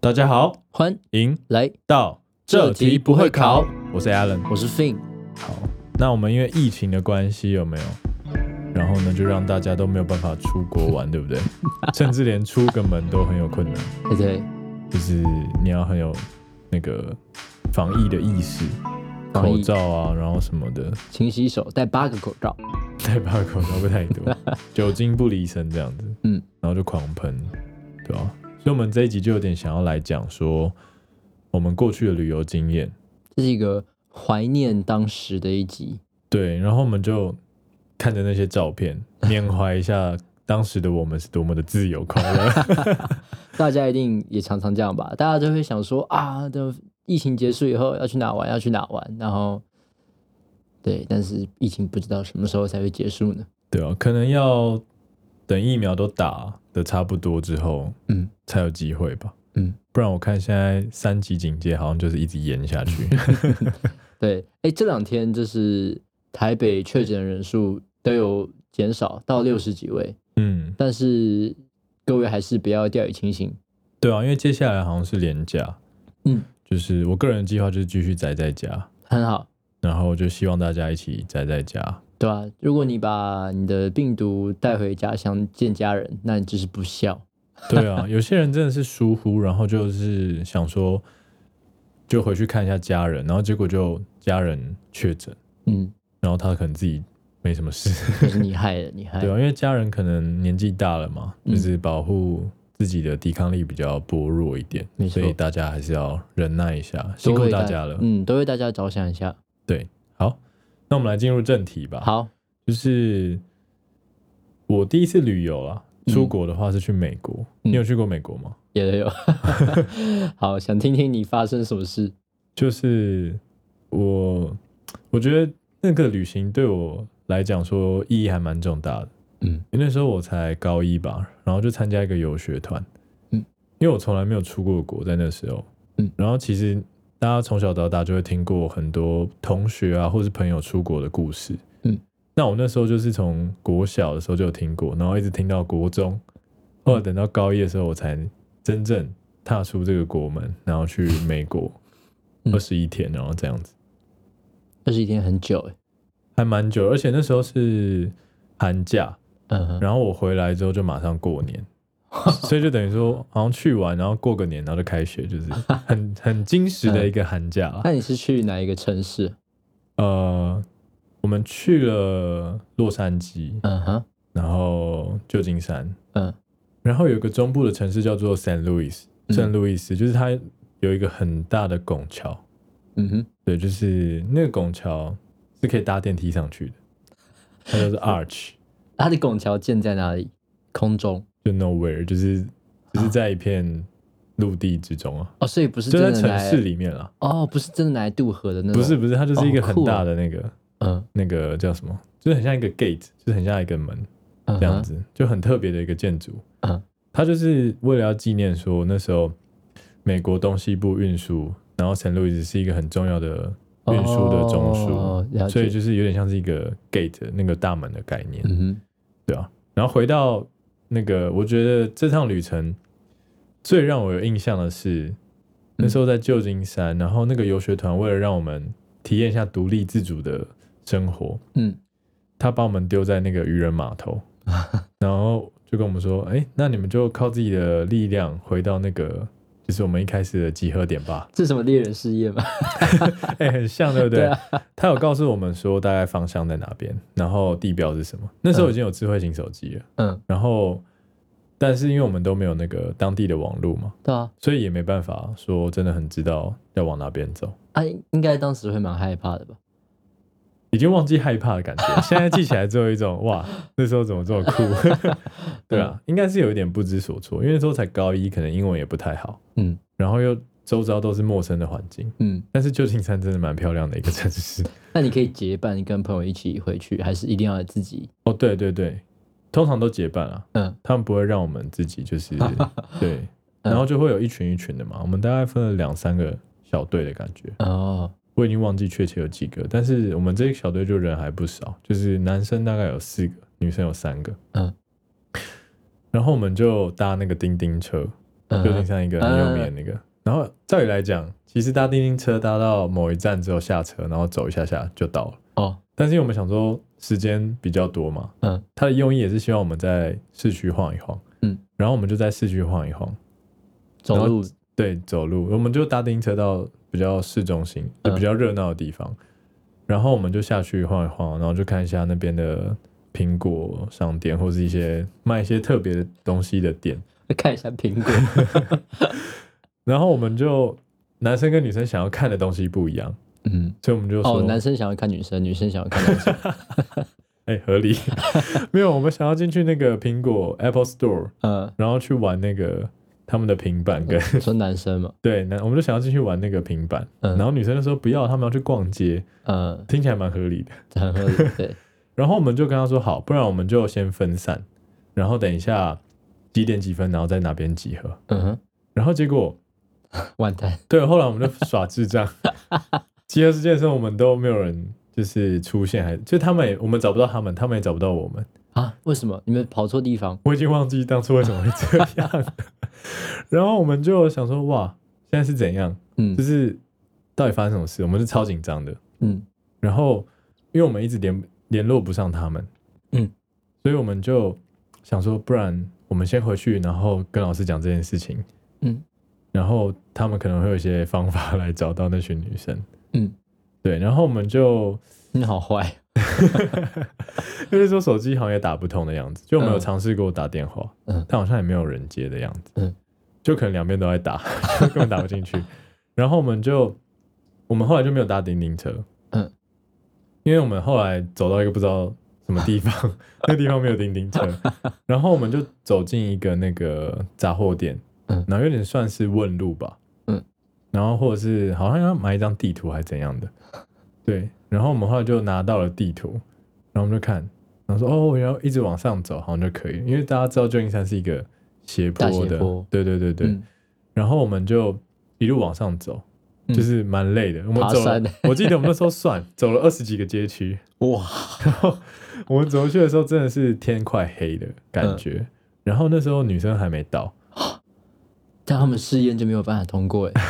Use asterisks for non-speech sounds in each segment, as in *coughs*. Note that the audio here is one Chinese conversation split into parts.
大家好，欢迎来，到这题不会考，我是 Alan。我是 Fin，好，那我们因为疫情的关系，有没有？然后呢，就让大家都没有办法出国玩，对不对？甚至连出个门都很有困难，对对，就是你要很有那个防疫的意识，防疫口罩啊，然后什么的， *laughs* 勤洗手，戴八个口罩，太怕口罩不太多，酒精不离身这样子，嗯，然后就狂喷，对吧、所以，我们这一集就有点想要来讲说我们过去的旅游经验，这是一个怀念当时的一集。对，然后我们就看着那些照片，缅怀一下当时的我们是多么的自由快乐。 *laughs* 大家一定也常常这样吧？大家都会想说啊，等疫情结束以后要去哪玩，要去哪玩，然后对，但是疫情不知道什么时候才会结束呢？对啊，可能要等疫苗都打的差不多之后嗯才有机会吧，嗯，不然我看现在三级警戒好像就是一直延下去。 *laughs* 对，哎，这两天就是台北确诊人数都有减少到六十几位，嗯，但是各位还是不要掉以轻心。对啊，因为接下来好像是连假，嗯，就是我个人的计划就是继续宅在家，很好，然后就希望大家一起宅在家。对啊，如果你把你的病毒带回家乡见家人，那你就是不孝。 *laughs* 对啊，有些人真的是疏忽，然后就是想说，就回去看一下家人，然后结果就家人确诊， *laughs* 嗯，然后他可能自己没什么事，就是你害了，你害对了。啊，因为家人可能年纪大了嘛，哎嗯就是保护自己的抵抗力比较薄弱一点，没错所以大家还是要忍耐一下，都辛为苦大家了。嗯，都为大家着想一下。对，好，那我们来进入正题吧。，好，就是我第一次旅游啊，出国的话是去美国，你嗯有去过美国吗？也有。 *laughs* 好，想听听你发生什么事。就是我，我觉得那个旅行对我来讲说意义还蛮重大的。嗯，因为那时候我才高一吧，然后就参加一个游学团。嗯，因为我从来没有出过国，在那时候。嗯，然后其实大家从小到大就会听过很多同学啊，或是朋友出国的故事。嗯，那我那时候就是从国小的时候就有听过，然后一直听到国中，后来等到高一的时候，我才真正踏出这个国门，然后去美国嗯二十一天，然后这样子，二十一天很久哎。还蛮久。而且那时候是寒假，嗯哼，然后我回来之后就马上过 *laughs* 年，所以就等于说好像去完，然后过个年，然后就开学，就是很很矜持的一个寒假 *laughs* 啦。那你是去哪一个城市？呃，我们去了洛杉矶，嗯哼，然后旧金山，嗯然后有一个中部的城市叫做 San Luis，嗯圣路易斯就是它有一个很大的拱桥，嗯哼，对，就是那个拱桥是可以搭电梯上去的，它 *laughs* 叫做 Arch，它的拱桥建在哪里？空中就 Nowhere，就是就是在一片陆地之中啊，哦，所以不是就真在的城来市里面啦，哦，不是真的来渡河的那种。不是，不是，它就是一个哦好很酷哦大的那个、嗯那个叫什么，就是很像一个 gate，就是很像一个门嗯这样哼，子，就很特别的一个建筑。嗯它就是为了要纪念说那时候美国东西部运输，然后 San Luis 是一个很重要的运输的中枢。哦了解所以就是有点像是一个 gate 那个大门的概念，嗯哼，对啊。然后回到那个，我觉得这趟旅程最让我有印象的是，那时候在旧金山，然后那个游学团为了让我们体验一下独立自主的生活，嗯他把我们丢在那个渔人码头，然后就跟我们说：“哎、那你们就靠自己的力量回到那个，就是我们一开始的集合点吧。这是什么猎人事业吗？哎，很像，对不对？对啊他有告诉我们说大概方向在哪边，然后地标是什么。那时候已经有智慧型手机了， *laughs* 嗯，然后但是因为我们都没有那个当地的网络嘛，对啊，所以也没办法说真的很知道要往哪边走。啊，应该当时会蛮害怕的吧？已经忘记害怕的感觉，现在记起来之后有一种哇，那时候怎么这么酷？ *laughs* 对啊，应该是有一点不知所措，因为那时候才高一，可能英文也不太好，嗯然后又周遭都是陌生的环境。嗯，但是旧金山真的蛮漂亮的一个城市那你可以结伴跟朋友一起回去，还是一定要自己？哦，对对对，通常都结伴啊，嗯他们不会让我们自己就是对，然后嗯就会有一群一群的嘛，我们大概分了两三个小队的感觉，哦，我已经忘记确切有几个，但是我们这一小队就人还不少，就是男生大概有四个，女生有三个，嗯然后我们就搭那个叮叮车，嗯旧金山一个很有名的那个。然后照理来讲，其实搭叮叮车搭到某一站之后下车，然后走一下下就到了。哦，但是因为我们想说时间比较多嘛，嗯，它的用意也是希望我们在市区晃一晃，嗯，然后我们就在市区晃一晃，走路对，走路，我们就搭电车到比较市中心，嗯就比较热闹的地方，然后我们就下去晃一晃，然后就看一下那边的苹果商店或是一些卖一些特别的东西的店， *laughs* 看一下苹果，然后我们就男生跟女生想要看的东西不一样， *laughs* 嗯，所以我们就说，哦，男生想要看女生，女生想要看男生，哎、合理，没有，我们想要进去那个苹果 Apple Store， *laughs* 嗯， *laughs* 然后去玩那个他们的平板跟、说男生嘛，对，那我们就想要进去玩那个平板，嗯然后女生就说不要，他们要去逛街，嗯，听起来蛮合理的。很合理，对，然后我们就跟他说好，不然我们就先分散，然后等一下几点几分，然后在哪边集合。 *laughs* 嗯哼，然后结果完蛋，对，后来我们就耍智障，集合时间的时候我们都没有人就是出现，还就他们也我们找不到他们，他们也找不到我们。啊，为什么你们跑错地方？我已经忘记当初为什么会这样了。然后我们就想说哇，现在是怎样？嗯就是到底发生什么事？我们是超紧张的。嗯然后因为我们一直联联络不上他们，嗯，所以我们就想说，不然我们先回去，然后跟老师讲这件事情，嗯然后他们可能会有一些方法来找到那群女生，嗯，对，然后我们就你好坏，因为说手机好像也打不通的样子，就我们有嗯尝试过打电话，嗯但好像也没有人接的样子，嗯，就可能两边都在打，就根本打不进去，然后我们就我们后来就没有搭叮叮车，嗯，因为我们后来走到一个不知道什么地方， *laughs* 那地方没有叮叮 *laughs* 车，然后我们就走进一个那个杂货店，嗯然后有点算是问路吧，嗯，然后或者是好像要买一张地图还是怎 *laughs* 样的，对，然后我们后来就拿到了地图，然后我们就看，然后说哦，然后一直往上走好像就可以了，因为大家知道旧金山是一个斜坡大斜的，坡对对对对，嗯然后我们就一路往上走，嗯就是蛮累的。我们走爬了山，我记得我们那时候算走了二十几个街区。哇，我们走过去的时候真的是天快黑的感觉。嗯然后那时候女生还没到，但他们试验就没有办法通过，哎，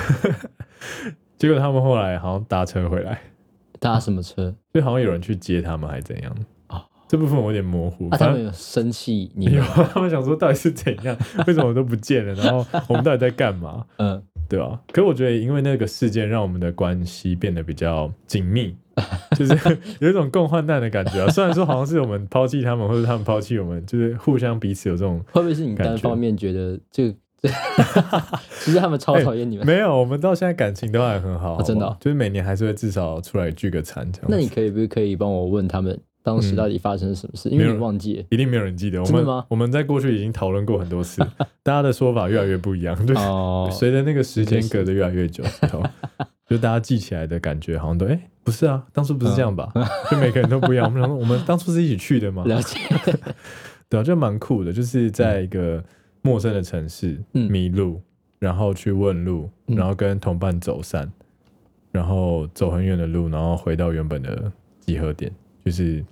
结果他们后来好像搭车回来， *laughs* 搭什么车？就好像有人去接他们还怎样。哦这部分我有点模糊。啊，他反们正有生气你有 *laughs* 吗？他们想说到底是怎样， *laughs* 为什么我都不见了？然后我们到底在干嘛？嗯对啊，可我觉得因为那个事件，让我们的关系变得比较紧 *laughs* 密，就是 *laughs* 有一种共患难的感觉啊。虽然说好像是我们抛弃他们，或者他们抛弃我们，就是互相彼此有这种会不会是你感单觉方面觉得这个？ *laughs* 其实他们超哎讨厌 *laughs* 你们。没有，我们到现在感情都还很好，好不好真的哦就是每年还是会至少出来聚个餐这样子。那你可以不可以帮我问他们当时到底发生了什么事？因嗯没为有你忘记 *laughs* 了一定没有人记得我真的们吗我们在过去已经讨论过很多次， *laughs* 大家的说法越来越不一样，就是哦。随着那个时间确实隔得越来越 *laughs* 久之后，就大家记起来的感觉好像都哎、不是啊，当初不是这样吧？哦就每个人都不一样。我们想说，我们当初是一起去的吗？了解， *laughs* 对啊，就蛮酷的，就是在一个陌生的城市嗯迷路，然后去问路，嗯然后跟同伴走散，然后走很远的路，然后回到原本的集合点。就是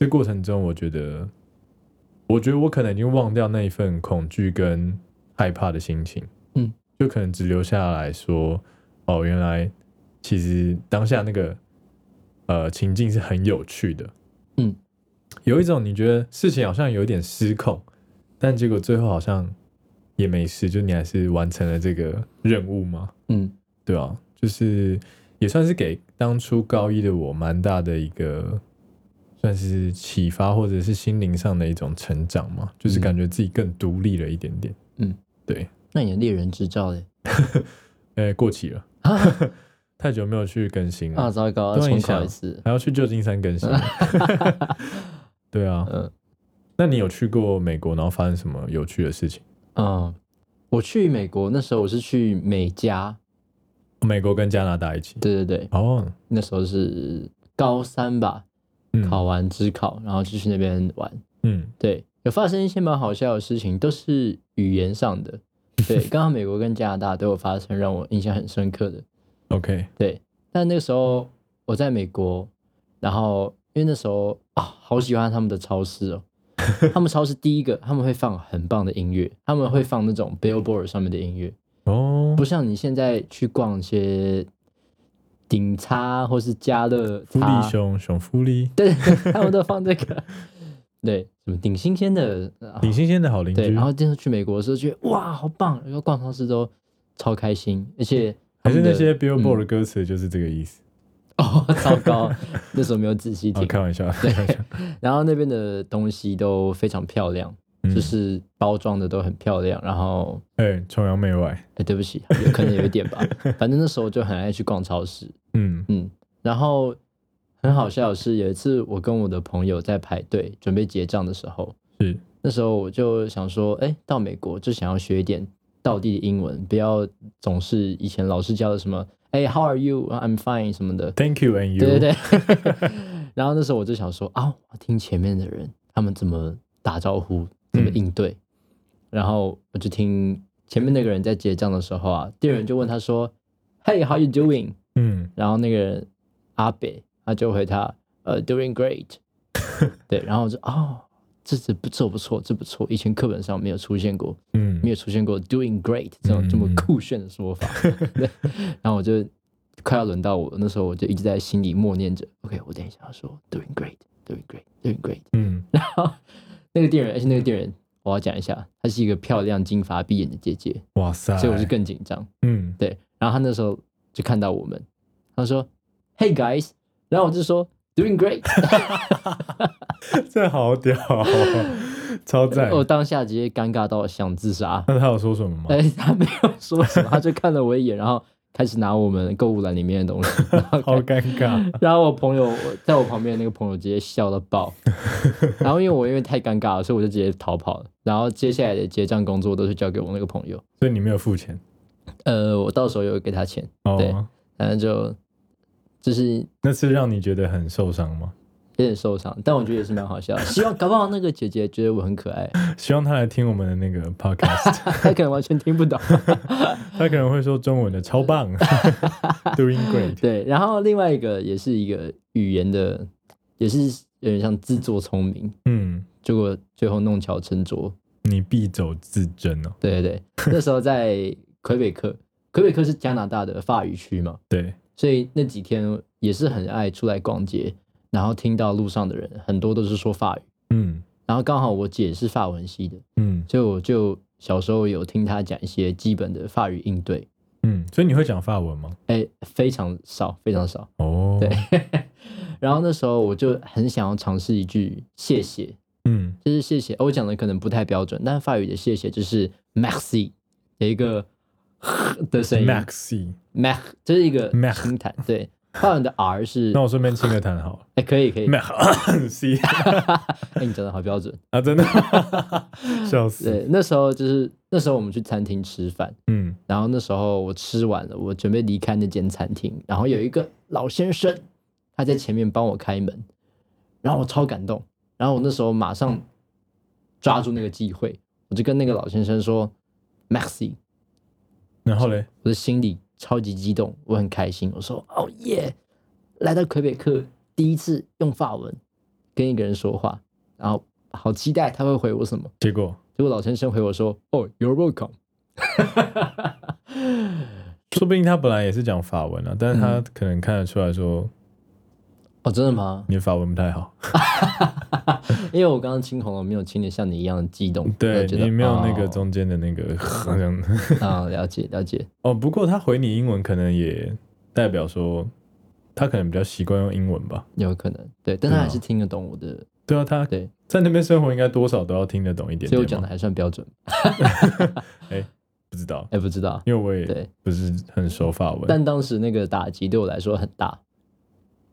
这过程中，我觉得，我觉得我可能已经忘掉那一份恐惧跟害怕的心情，嗯，就可能只留下来说，哦，原来其实当下那个呃情境是很有趣的，嗯，有一种你觉得事情好像有一点失控，但结果最后好像也没事，就你还是完成了这个任务嘛，嗯对啊，就是也算是给当初高一的我蛮大的一个算是启发，或者是心灵上的一种成长嘛，就是嗯感觉自己更独立了一点点。嗯，对，那你的猎人执照嘞？哎、过期了， *laughs* 太久没有去更新了，啊，糟糕，对要啊重你考想一次。还要去旧金山更新。对啊，嗯那你有去过美国，然后发生什么有趣的事情？嗯，我去美国那时候我是去美加，美国跟加拿大一起。对对对，哦，那时候是高三吧，嗯，考，完职考，然后就去那边玩。嗯对，有发生一些蛮好笑的事情，都是语言上的。 *laughs* 对，刚好美国跟加拿大都有发生让我印象很深刻的。 ，OK，对，但那个时候我在美国，然后因为那时候啊，好喜欢他们的超市哦，他们超市第一个他们会放很棒的音乐，他们会放那种 Billboard 上面的音乐，哦不，像你现在去逛一些顶叉或是家乐福利叉，熊熊福利，对，他们都放这个， *laughs* 对，什么顶新 *laughs* 鲜的，啊挺新鲜的好邻对，居然。后真的去美国的时候觉得哇，好棒，然后逛超市都超开心，而且还他是们那的嗯些 Billboard 的歌词就是这个意思。哦，糟糕，那时候没有仔细哦，听。开玩笑，对，然后那边的东西都非常漂亮，嗯就是包装的都很漂亮。然后，哎，崇洋媚外。哎，对不起，有可能有一点吧。反正那时候就很爱去逛超市，嗯嗯。然后很好笑的是，有一次我跟我的朋友在排队准备结账的时候，是那时候我就想说，哎，到美国就想要学一点道地的英文，不要总是以前老师教的什么，哎，How are you? I'm fine 什么的。 ，Thank you and you。对对对。 *laughs* 然后那时候我就想说啊，我听前面的人他们怎么打招呼，怎嗯么应对。然后我就听前面那个人在结账的时候啊，店员就问他说：“Hey, how you doing？” 嗯，然后那个人阿北他就回他：“呃、d o i n g great。”对，然后我就哦，这这不这不错，这不错，以前课本上没有出现过。嗯没有出现过 doing great 这种这么酷炫的说法。对，然后我就快要轮到我，那时候我就一直在心里默念着，OK，我等一下要说 doing great，doing great，doing great。嗯，那个店员，而且那个店员，我要讲一下，她是一个漂亮金发碧眼的姐姐，哇塞，所以我就更紧张。嗯， *laughs* 对，然后她那时候就看到我们，她说 Hey guys，然后我就说 doing great，这好屌哦，超赞。我当下直接尴尬到想自杀。那他有说什么吗？哦哎，他没有说什么，他就看了我一眼，然后开始拿我们购物篮里面的东西。然后好尴尬。然后我朋友我在我旁边的那个朋友直接笑到爆，然后因为我因为太尴尬了，所以我就直接逃跑了。然后接下来的结账工作都是交给我那个朋友，所以你没有付钱呃，我到时候有给他钱，对哦？反正就就是那次让你觉得很受伤吗？有点受伤，但我觉得也是蛮好笑的。希望搞不好那个姐姐觉得我很可爱，希望他来听我们的那个 podcast，她可能完全听不懂。嗯他可能会说中文的超 *laughs* 棒，doing great。对，然后另外一个也是一个语言的，也是有点像自作聪明，嗯，结果最后弄巧成拙，你必走自珍哦。对对对，那时候在魁北克，魁北克是加拿大的法语区嘛，对，所以那几天也是很爱出来逛街，然后听到路上的人很多都是说法语，嗯然后刚好我姐是法文系的，嗯所以我就小时候有听她讲一些基本的法语应对，嗯，所以你会讲法文吗？哎，非常少，非常少。哦，对，然后那时候我就很想要尝试一句谢谢，嗯，就是谢谢。哦我讲的可能不太标准，但法语的谢谢就是 merci 有一个的声音 Maxi， Mac 这是一个 Mac 轻弹，对，发文的 R 是那，我顺便亲个痰好了。哎，可以可 *coughs* 以，Maxi 哎，你讲的好标准。啊，真的， *laughs* 笑死。对，那时候就是那时候我们去餐厅吃饭，嗯，然后那时候我吃完了，我准备离开那间餐厅，然后有一个老先生他在前面帮我开门，然后我超感动，然后我那时候马上抓住那个机会，我就跟那个老先生说 Maxi，然后嘞，我的心里超级激动，我很开心。我说：“哦耶！来到魁北克，第一次用法文跟一个人说话，然后好期待他会回我什么。结果”结果老先生回我说：“哦，You're welcome。说不定他本来也是讲法文啊，但是嗯他可能看得出来说”哦，真的吗？你的法文不太好，因为我刚刚亲喉咙没有亲的像你一样的激动，对我觉得你没有那个哦中间的那个 *laughs* 好像啊、了解了解，哦，不过他回你英文可能也代表说他可能比较习惯用英文吧。有可能对，但他对啊还是听得懂我的，对啊，他对在那边生活应该多少都要听得懂一点所点以我讲的吧。还算标准。不知道，哎，不知道，因为我也对，不是很熟法文。但当时那个打击对我来说很大。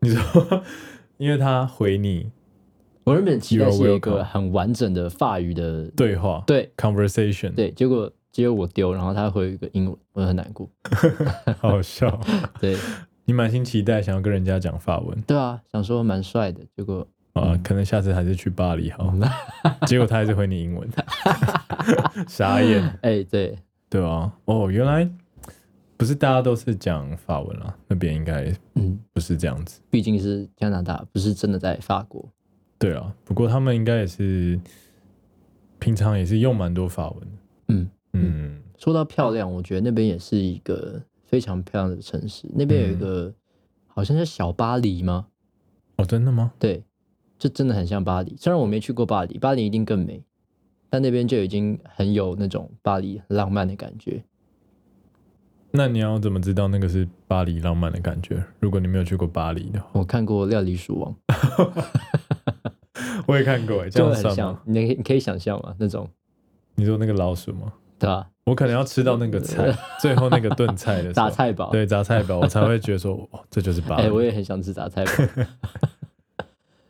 你说，因为他回你我原本期待 You're 是一个 welcome 很完整的法语的对话对 conversation，，对，结果结果我丢，然后他回一个英文，我很难过。好笑。 *laughs* 对你满心期待想要跟人家讲法文对啊，想说蛮帅的，结果啊，可能下次还是去巴黎好， *laughs* 结果他还是回你英文， *laughs* 傻眼，哎、对，对啊，哦，原来不是大家都是讲法文啦，那边应该嗯，不是这样子。毕竟是加拿大，不是真的在法国。对啊，不过他们应该也是平常也是用蛮多法文的。嗯嗯说到漂亮，我觉得那边也是一个非常漂亮的城市。那边有嗯一个、好像是小巴黎吗？哦，真的吗？对，就真的很像巴黎。虽然我没去过巴黎，巴黎一定更美，但那边就已经很有那种巴黎很浪漫的感觉。那你要怎么知道那个是巴黎浪漫的感觉？如果你没有去过巴黎的话，我看过《料理鼠王》，我也看过诶，欸这就样很算像吗？，你可以你可以想象吗？那种你说那个老鼠吗？对吧？我可能要吃到那个菜，最后那个炖菜的时候呃 *laughs* 杂，菜堡，对杂菜包，我才会觉得说，哇，这就是巴哎、黎。我也很想吃杂 *laughs* 菜堡。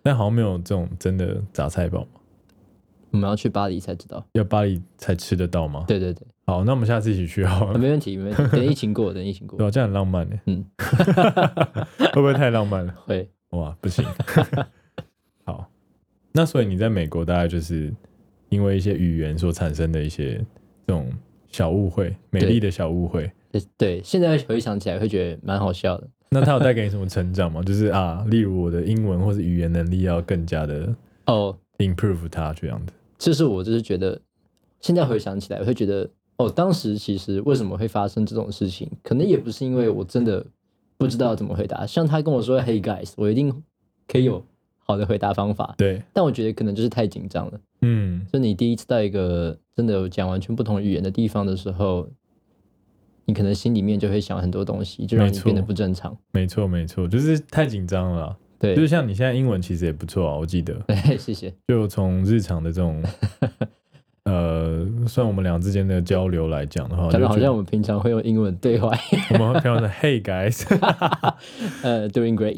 但好像没有这种真的杂菜包嘛，我们要去巴黎才知道。要巴黎才吃得到吗？对对对，好，那我们下次一起去好啊了。没问题，没问题。等疫情过，等疫情 *laughs* 对过，啊，这样很浪漫呢。嗯， *laughs* 会不会太浪漫了？会。哇，不行。 *laughs* 好，那所以你在美国大概就是因为一些语言所产生的一些这种小误会，美丽的小误会。对对，现在回想起来会觉得蛮好笑的。那它有带给你什么成长吗？ *laughs* 就是啊，例如我的英文或是语言能力要更加的哦， improve 它这样子。就是我就是觉得，现在回想起来会觉得，哦，当时其实为什么会发生这种事情，可能也不是因为我真的不知道怎么回答。像他跟我说 “Hey guys”，我一定可以有好的回答方法，对，但我觉得可能就是太紧张了。嗯，就你第一次到一个真的有讲完全不同语言的地方的时候，你可能心里面就会想很多东西，就让没你错变得不正常。没错没错，就是太紧张了啦。对，就是像你现在英文其实也不错啊，我记得。对，谢谢。就从日常的这 *laughs* 种，呃，算我们俩之间的交流来讲的话，讲的好哦就觉得像我们平常会用英文对话，我们会平常说 *laughs* “Hey guys”，呃，doing great，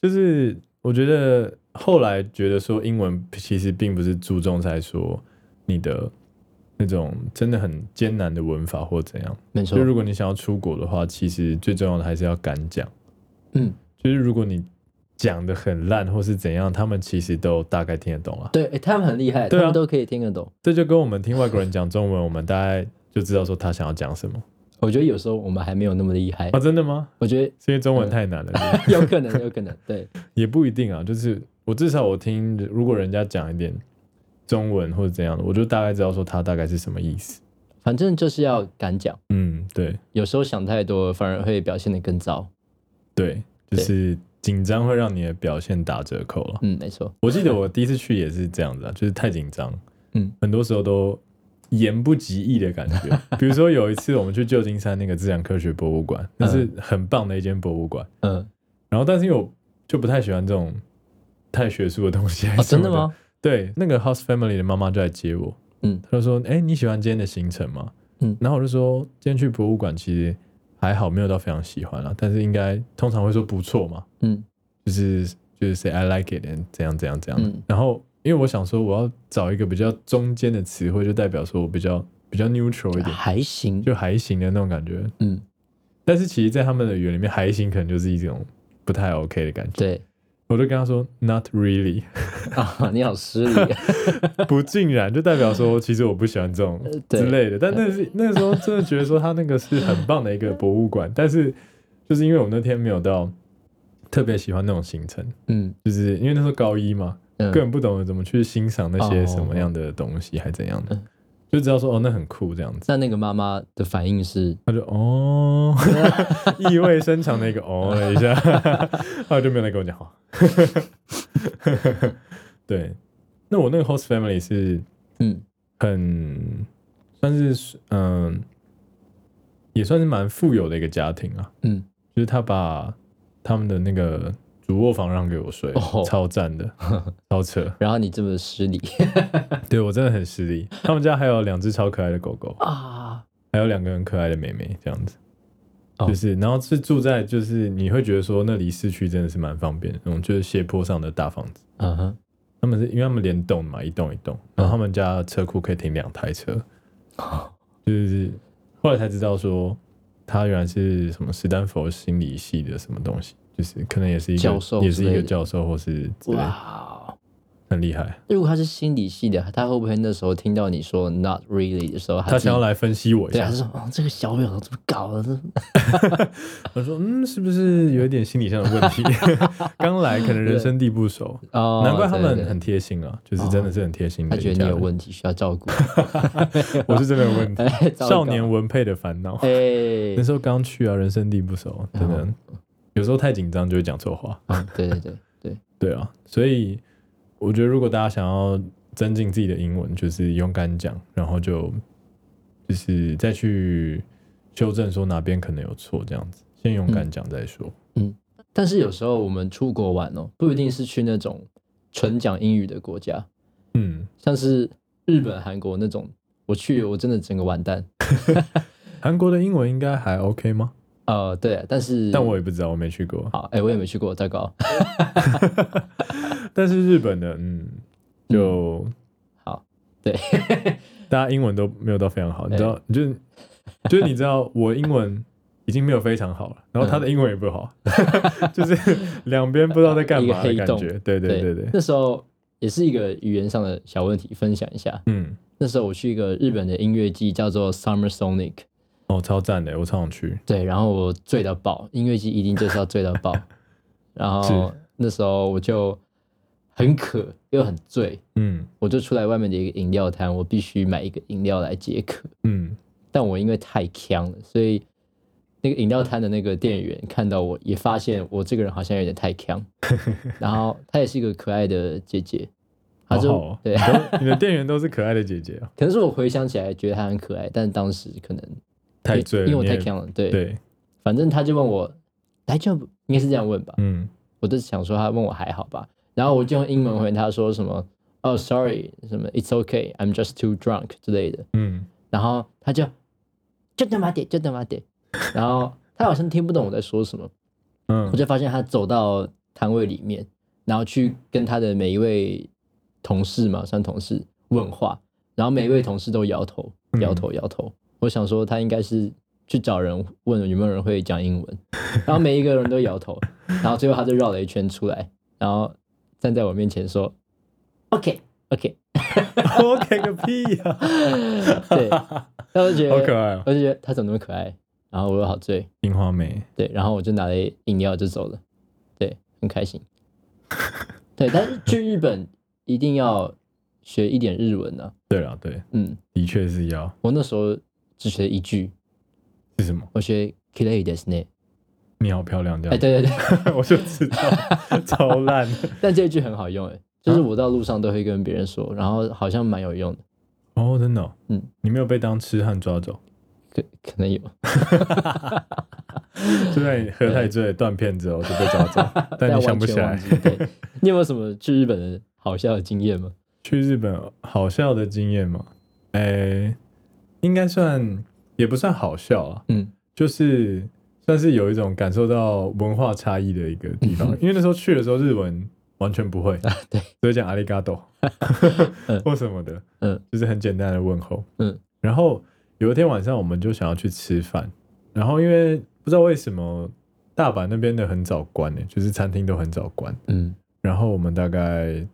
就是我觉得后来觉得说英文其实并不是注重在说你的那种真的很艰难的文法或怎样， *laughs* 没错就，如果你想要出国的话，其实最重要的还是要敢讲。嗯，就是如果你讲的很烂或是怎样，他们其实都大概听得懂啊。对，诶他们很厉害，对啊他们都可以听得懂。这就跟我们听外国人讲中文，我们大概就知道说他想要讲什么。我觉得有时候我们还没有那么厉害啊，，真的吗？我觉得 *laughs* 是因为中文太难了，是不是有可能，有 *laughs* 可能，对，也不一定啊。就是我至少我听，如果人家讲一点中文或者怎样的，我就大概知道说他大概是什么意思。反正就是要敢讲，嗯，对有时候想太多反而会表现得更糟。对，就是紧张会让你的表现打折扣了。嗯，没错，我记得我第一次去也是这样子啊，就是太紧张，嗯，很多时候都言不及义的感 *laughs* 觉。比如说有一次我们去旧金山那个自然科学博物馆，那是很棒的一间博物馆。嗯，然后但是因为我就不太喜欢这种太学哎术的东西、哦，真的？吗？对，那个 House Family 的妈妈就来接我，嗯她就说：“哎、你喜欢今天的行程吗？”嗯然后我就说：“今天去博物馆其实还好，没有到非常喜欢啦，但是应该通常会说不错嘛，嗯，就是就是 say I like it and 怎样怎样怎样的。嗯然后因为我想说我要找一个比较中间的词汇，就代表说我比较比较 neutral 一点，还行，就还行的那种感觉。嗯，但是其实，在他们的语言里面，还行可能就是一种不太 OK 的感觉。对 *laughs* 我就跟他说 Not really。啊，你好 *laughs* 失礼，不尽然，就代表说其实我不喜欢 *laughs* 这种对之类的。但那是那时候真的觉得说他那个是很棒的一嗯个博物馆，但是就是因为我那天没有到特别喜欢那种行程，嗯就是因为那时候高一嘛，嗯，哦根本不懂得怎么去欣赏那些什么样的东西还怎样的嗯，就知道说哦那很酷这样子。那那个妈妈的反应是，他就哦， *laughs* 意味深长的一个哦了一下， *laughs* 后来就没有再跟我讲话。 *laughs* 对，那我那个 host family 是嗯很算是嗯，也算是蛮富有的一个家庭啊。嗯，就是他把他们的那个主卧房让给我睡，哦超赞的，超扯。然后你这么失礼对我真的很失礼。他们家还有两只超可爱的狗狗，啊，还有两个很可爱的妹妹，这样子。哦就是，然后是住在，就是你会觉得说那离市区真的是蛮方便的，那种就是斜坡上的大房子。 *laughs* 嗯哼，他们是因为他们连栋嘛，一栋一栋，嗯然后他们家车库可以停两台车，就是后来才知道说，他原来是什么史丹佛心理系的什么东西，就是可能也是一个教授也是一之个类的教授或是之类的。哇，很厉害。如果他是心理系的，他会不会那时候听到你说 “not really” 的时候，他自己想要来分析我一对，下他，说：“哦，这个小表怎么搞的？这我说嗯，是不是有一点心理上的问 *laughs* 题？刚来可能人生地不熟，哦，难怪他对们对很贴心啊，就是真的是很贴心的他一家觉人。得你有问题需 *laughs* 要照顾。我是真的有问题。哎 *laughs* 糟糕少年文佩的烦恼， *laughs* 哎，那时候刚去啊，人生地不熟，真的嗯有时候太紧张就会讲错话。嗯对对对对，对啊，所以我觉得如果大家想要增进自己的英文，就是勇敢讲，然后就就是再去修正说哪边可能有错，这样子，先勇敢讲再说。但是有时候我们出国玩哦，不一定是去那种纯讲英语的国家，嗯，像是日本、韩国那种，我去我真的整个完蛋。韩国的英文应该还 OK 吗？呃，对，但是但我也不知道，我没去过。好，哎，我也没去过，糟糕。但是日本的，嗯， *laughs* 就好，对， *laughs* 大家英文都没有到非常好，你知道，就是就是你知道，我英文已经没有非常好了，然后他的英文也不好， *laughs* 就是两边不知道在干嘛的啊一个感黑洞觉。对对对对，那时候也是一个语言上的小问题，分享一下。嗯，那时候我去一个日本的音乐季，叫做 Summer Sonic。哦，超赞的，我超想去。对，然后我醉到爆，音乐季一定就是要醉到 *laughs* 爆。然后是那时候我就很渴又很醉，嗯我就出来外面的一个饮料摊，我必须买一个饮料来解渴。嗯，但我因为太呛了，所以那个饮料摊的那个店员看到我，也发现我这个人好像有点太 *laughs* 呛。然后她也是一个可爱的姐姐，她好就、好哦，对，都你的店员都是可爱的姐姐 *laughs* 啊，可能是我回想起来觉得她很可爱，但当时可能太因醉了，因为我你也太呛了，对，对，反正她就问我来就应该是这样问吧，嗯，我就想说她问我还好吧，然后我就用英文回她说什么哦、s o r r y 什么 “It's okay, I'm just too drunk” 之类的，嗯，然后他就就他妈点就他妈点，然后他好像听不懂我在说什么，嗯 *laughs* 我，就发现他走到摊位里面，然后去跟他的每一位同事嘛，算同事问话，然后每一位同事都摇头嗯摇头摇头。我想说他应该是去找人问有没有人会讲英文，然后每一个人都摇头，然后最后他就绕了一圈出来，然后站在我面前说：“OK OK。我给个屁呀，” *laughs* 对，然后我就觉得好可爱哦，我就觉得他怎么那么可爱，然后我又好醉，樱花妹，对，然后我就拿了饮料就走了，对，很开心。 *laughs* 对，但是去日本一定要学一点日文呢、啊对了，对，嗯，的确是要我那时候只学一句，是什么？我学 k i r e i d e s n e 你好漂亮这哎，样，对对对， *laughs* 我就知道，超烂。但这一句很好用哎，就是啊我到路上都会跟别人说，然后好像蛮有用的，哦，真的、哦，嗯，你没有被当痴汉抓走， *laughs* 可可能有。就在你喝太醉断片之后就被抓走，但 *laughs* 但你想不起完来。全忘记对，你有没有什么去日本的好笑的经验吗？去日本好笑的经验吗？哎、应该算也不算好笑啊，嗯，就是算是有一种感受到文化差异的一个地 *laughs* 方，因为那时候去的时候日文完全不会，啊对， *laughs* 所以讲阿里嘎 *laughs* 多 *laughs* 或什么的，嗯，就是很简单的问候，嗯。然后有一天晚上，我们就想要去吃饭，然后因为不知道为什么大阪那边的很早关呢、欸就是餐厅都很早关，嗯然后我们大概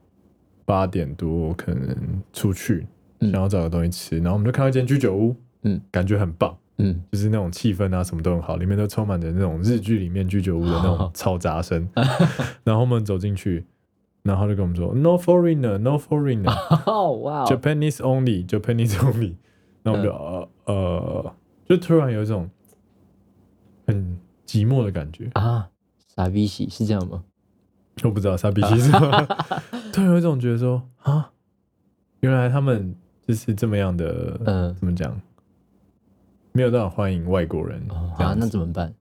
八点多可能出去，嗯想要找个东西吃，然后我们就看到一间居酒屋，嗯，感觉很棒， *laughs* 嗯，就是那种气氛啊，什么都很好，里面都充满着那种日剧里面居酒屋的那种嘈杂 *laughs* 声。然后我们走进去，然后他就跟我们说 “No foreigner, no *laughs* foreigner, 哦哇哦， Japanese only, Japanese only”。然后我们就嗯呃呃，就突然有一种很寂寞的感觉，啊，傻逼喜是这样吗？我不知道傻逼是什 *laughs* 么，突然有一种觉得说啊，原来他们就是这么样的，嗯怎么讲，没有到很欢迎外国人哦这啊，样那子。怎么办？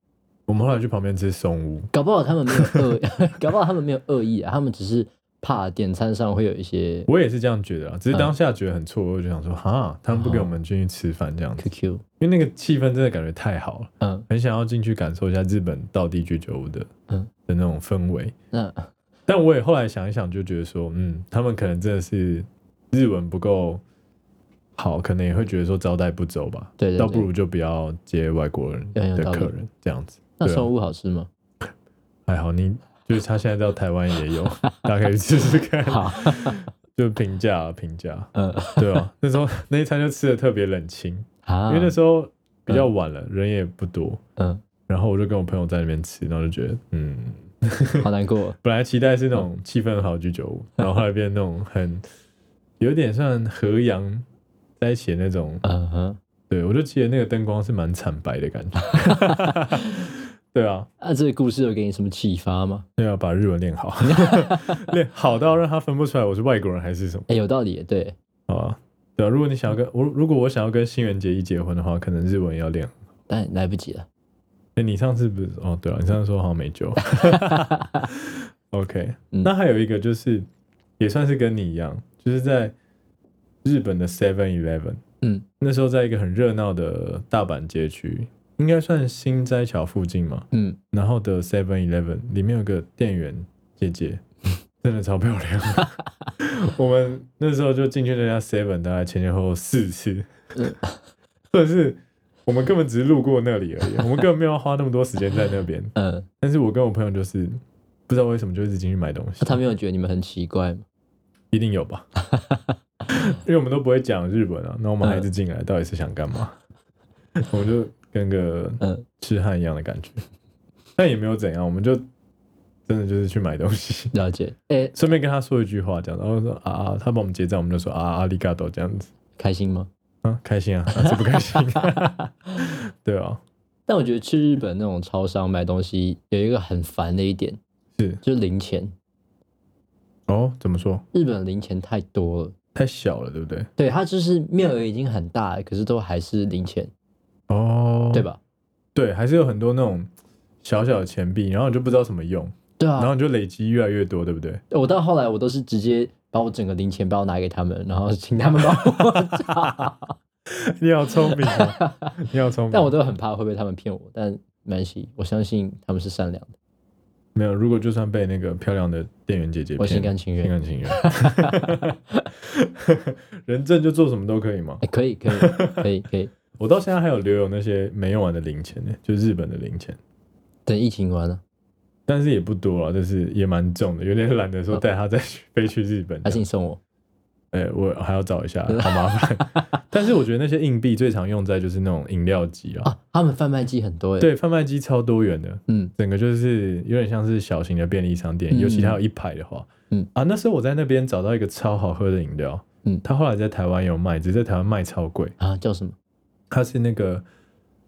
我们后来去旁边吃松屋，搞不好他们没有恶， *laughs* 搞不好他们没有恶意啊，他们只是怕点餐上会有一些我也是这样觉得啊，只是嗯当下觉得很错愕，就想说哈，他们不给我们进去吃饭这样子， QQ，因为那个气氛真的感觉太好了，嗯，很想要进去感受一下日本道地居酒屋的，嗯的那种氛围。那但我也后来想一想，就觉得说，嗯，他们可能真的是日文不够好，可能也会觉得说招待不周吧，对对倒不对，如就不要接外国人很有的道理客人这样子。*laughs* 那对啊松屋好吃吗？还好你就是他现在到台湾 *laughs* 也有，大家可以试试看。好，就评价啊评价，嗯 *laughs* 对啊，那时候那一餐就吃的特别冷清，啊，因为那时候比较晚了，人也不多，嗯，然后我就跟我朋友在那边吃，然后就觉得嗯，好难过，本来期待是那种气氛好的居酒屋，然后后来变那种很有点像和洋在一起的那种，嗯哼，对我就记得那个灯光是蛮惨白的感觉， *laughs* 对啊，啊，这个故事有给你什么启发吗？那要把日文练好， *laughs* 练好到让他分不出来我是外国人还是什么，哎，有道理耶，对，好吧？对啊，如果你想要跟我，如果我想要跟新垣结衣结婚的话，可能日文要练。但来不及了，哎，你上次不是哦？对了，你上次说好像没 *laughs* 救。OK，、嗯那还有一个就是，也算是跟你一样，就是在日本的 Seven Eleven，嗯，那时候在一个很热闹的大阪街区，应该算新斋桥附近嘛。嗯，然后的 Seven Eleven 里面有个店员姐 *laughs* 姐，真的超漂亮。我们那时候就进去那家 Seven，大概前前后后四次嗯，或者是我们根本只是路过那里而已，我们根本没有花那么多时间在那 *laughs* 边。嗯，但是我跟我朋友就是不知道为什么就一直进去买东西啊那，他没有觉得你们很奇怪吗？一定有吧？ *laughs* 因为我们都不会讲日文啊，那我们还一直进嗯来，到底是想干嘛？我们就跟个嗯，痴汉一样的感觉，但也没有怎样，我们就真的就是去买东西，了解，哎，顺便跟他说一句话，这样子，然后说啊啊，他帮我们结账，我们就说啊啊，阿里嘎多这样子，开心吗？啊，开心啊，哪次不开心？ *laughs* 对啊，但我觉得去日本那种超商买东西有一个很烦的一点，是就是零钱，哦，怎么说？日本的零钱太多了，太小了，对不对？对，它就是面嗯额已经很大了，可是都还是零钱，哦，对？吧？对，还是有很多那种小小的钱币，然后你就不知道怎么用，对然后啊，你就累积越来越多，对不对？ *laughs* 我到后来我都是直接把我整个零钱包拿给他们，然后 *laughs* 请他们 *laughs* 帮我找，你好聪明啊，你好聪明。 *laughs* 但我都很怕会被他们骗我，但没关系，我相信他们是善良的，没有，如果就算被那个漂亮的店员姐姐骗，我心甘心情愿。甘情愿。 *laughs* 人证就做什么都可以嘛。哎，可以，可以，可以，可以。我到现在还有留有那些没用完的零钱呢，就日本的零钱，等疫情完了，但是也不多了，就是也蛮重的，有点懒得说带它再去飞去日本。还是你送我？哎、我还要找一 *laughs* 下，好麻烦。但是我觉得那些硬币最常用在就是那种饮料机啊，啊，他们贩卖机很多哎。，对，贩卖机超多元的，嗯，整个就是有点像是小型的便利商店，嗯尤其它有一排的话，嗯啊，那时候我在那边找到一个超好喝的饮料，嗯它后来在台湾有卖，只是在台湾卖超贵，啊，叫什么？它是那个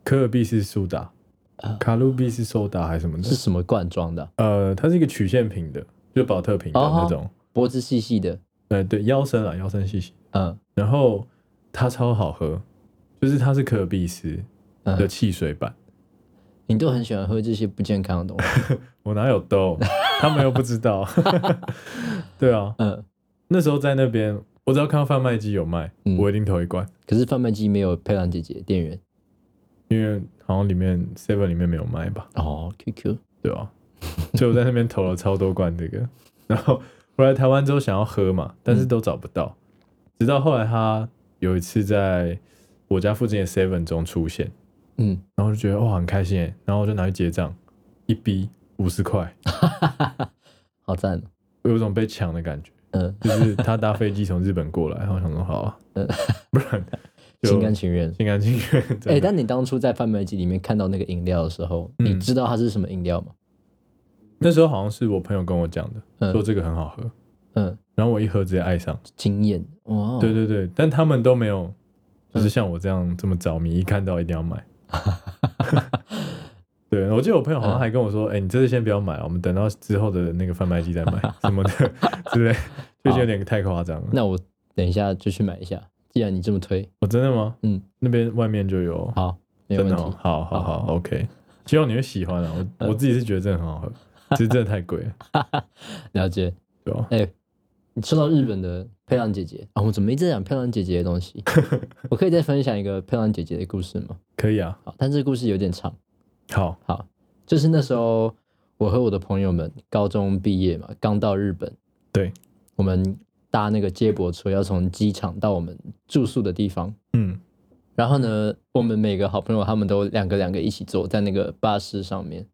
可尔必斯苏打啊，卡路必斯苏打还是什么的是，什么罐装的啊？呃，它是一个曲线瓶的，就保特瓶的哦那种，脖子细细的，对对，腰身啊，腰身细细，嗯然后它超好喝，就是它是可尔必斯的嗯，汽水版，你都很喜欢喝这些不健康的东西，我哪有兜，他们又不知道， *laughs* 对啊，嗯，那时候在那边，我只要看到贩卖机有卖，嗯我一定投一罐，可是贩卖机没有漂亮姐姐店员因为好像里面 Seven 里面没有卖吧，哦，QQ，对 *laughs* 吧、所以我在那边投了超多罐这个，然后回来台湾之后想要喝嘛，但是都找不到，直到后来他有一次在我家附近的 Seven 中出现，嗯，然后就觉得哇很开心耶，然后我就拿去结账，一逼五十块，好赞哦，我有种被抢的感觉，嗯，就是他搭飞机从日本过来，然后我想说好啊， *laughs* 嗯不然就啊心甘情愿。心甘情愿。哎，但你当初在贩卖机里面看到那个饮料的时候，嗯你知道它是什么饮料吗？那时候好像是我朋友跟我讲的，嗯说这个很好喝，嗯，然后我一喝直接爱上。惊艳，哇，哦对，对对，但他们都没嗯有，就是像我这样这么着迷，一看到一定要 *laughs* 买。对，我记得我朋友好嗯像还跟我说：“哎、你这次先不要买，我们等到之后的那个贩卖机再 *laughs* 买什么的之类。”最近有点太夸张了。那我等一下就去买一下，既然你这么推，我、真的吗？嗯，那边外面就有，好，没有真问的题嗯哦、。好好好 o k 希望你会喜欢啊。我我自己是觉得真的很好喝，只是真的太贵了，了解。对哦吧？哎、你说到日本的漂亮姐姐啊、我怎么一直在讲漂亮姐姐的东西？ *laughs* 我可以再分享一个漂亮姐姐的故事吗？可以啊，好，但这个故事有点长。好，好，就是那时候我和我的朋友们高中毕业嘛，刚到日本，对，我们搭那个接驳车要从机场到我们住宿的地方。嗯然后呢，我们每个好朋友他们都两个两个一起坐在那个巴士上面。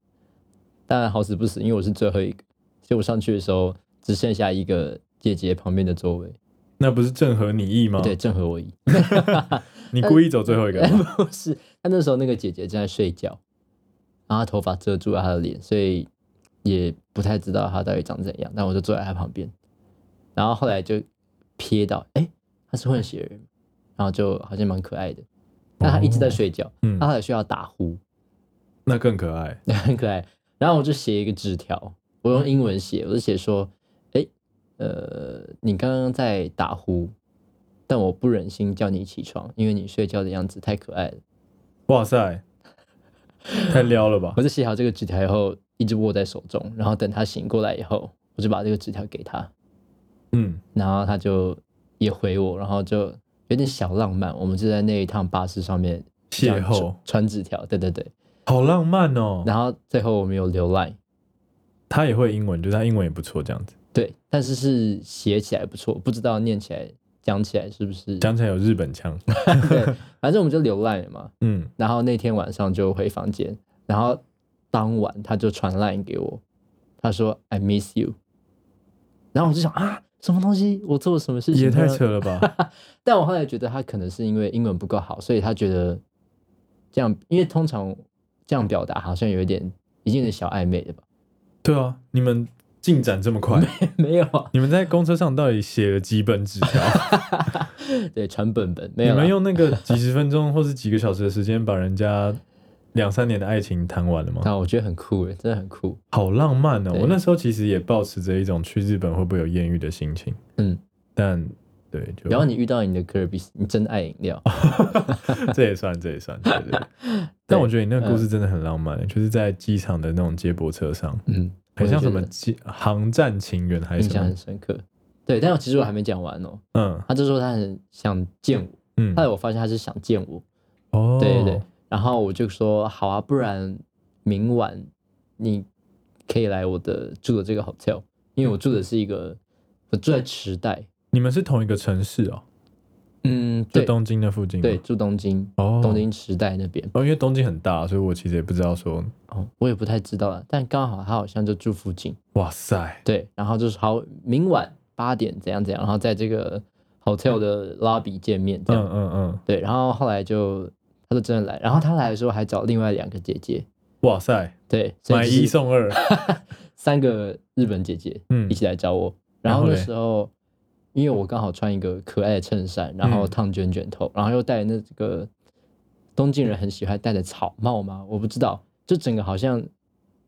当然好死不死，因为我是最后一个，结果上去的时候只剩下一个姐姐旁边的座位，那不是正合你意吗？对，，正合我意。你呃故意走最后一个吗，不是，她那时候那个姐姐正在睡觉，然后她头发遮住了她的脸，所以也不太知道她到底长怎样。但我就坐在她旁边，然后后来就瞥到，哎、她是混血人，然后就好像蛮可爱的。但她一直在睡觉，嗯她后来睡到打呼， *laughs* 那更可 *laughs* 爱。很可爱。然后我就写一个纸条，我用英文写，我就写说：“哎，呃，你刚刚在打呼，但我不忍心叫你起床，因为你睡觉的样子太可爱了。哇塞，太撩了” *laughs* 吧我！就写好这个纸条以后，一直握在手中，然后等他醒过来以后，我就把这个纸条给他，嗯，然后他就也回我，然后就有点小浪漫。我们就在那一趟巴士上面这样邂逅传传纸条，对对对。好浪漫哦。然后最后我们有留 line，他也会英文，就是他英文也不错，这样子对，但是是写起来不错，不知道念起来、讲起来是不是？讲起来有日本腔。嗯对，反正我们就浏览了嘛。嗯，然后那天晚上就回房间，然后当晚他就传 line 给我，他说 I miss you，然后我就想啊，什么东西？我做了什么事情？也太扯了 *laughs* 吧！但我后来觉得他可能是因为英文不够好，所以他觉得这样，因为通常这样表达好像有一点已经有点小暧昧 *laughs* 了吧？对啊，你们进展这么快，没有啊，你们在公车上到底写了几本纸条？对，传本本 *laughs* 没你有啦，们用那个几十分钟或是几个小时的时间，把人家两三年的爱情谈完了吗？啊，我觉得很酷诶，真的很酷。好浪漫哦！对我那时候其实也抱持着一种去日本会不会有艳遇的心情，嗯，但对，就然后你遇到你的科尔比斯，你真爱饮哦料，这也算，这也算，对对对。 *laughs* 但我觉得你那个故事真的很浪漫，欸就是在机场的那种接驳车上，嗯，很像什么我也觉机航站情缘还得是印什象么很？深刻。对，但我其实我还没讲完哦。嗯他就说他很想见我，后来嗯，我发现他是想见我，哦，对对对。然后我就说好啊，不然明晚你可以来我的住的这个 hotel，因为我住的是一个我住在池袋，你们是同一个城市哦，嗯，就对东京的附近吗对，住东京，哦，东京池袋那边哦，因为东京很大，所以我其实也不知道说，哦，我也不太知道了，但刚好他好像就住附近。哇塞，对，然后就是好，明晚八点怎样怎样，然后在这个 hotel 的 lobby 见面这样。嗯嗯嗯，对，然后后来就他就真的来，然后他来的时候还找另外两个姐姐，哇塞，对，所买以一就是送 *laughs* 二，三个日本姐姐嗯一起来找我。然然后后那嘞时候，因为我刚好穿一个可爱的衬衫，然后嗯烫卷卷头，然后又戴那个东京人很喜欢戴的草帽吗？我不知道，就整个好像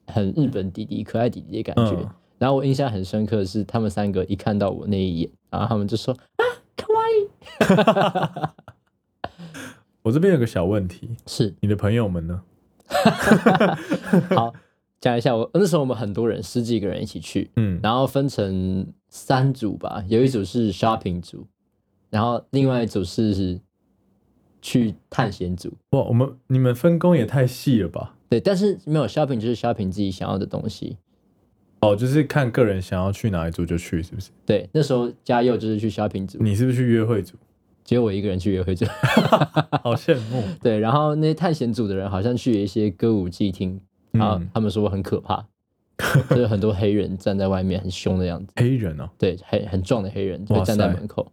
很日本弟弟、可爱弟弟的感觉。嗯然后我印象很深刻的是，他们三个一看到我那一眼，然后他们就说啊，可爱我这边有个小问题，是你的朋友们呢？好。讲一下，我那时候我们很多人，十几个人一起去，嗯，然后分成三组吧，有一组是 shopping 组，然后另外一组是去探险组。哇，我们你们分工也太细了吧？对，但是没有 shopping 就是 shopping 自己想要的东西。哦，就是看个人想要去哪一组就去，是不是？对，那时候嘉佑就是去 shopping 组，你是不是去约会组？只有我一个人去约会组。 *laughs* 好羡慕。对，然后那些探险组的人好像去一些歌舞伎厅，然后嗯，他们说我很可怕，就是很多黑人站在外面很凶的样子，黑人哦，对，很很壮的黑人就哇站在塞门口。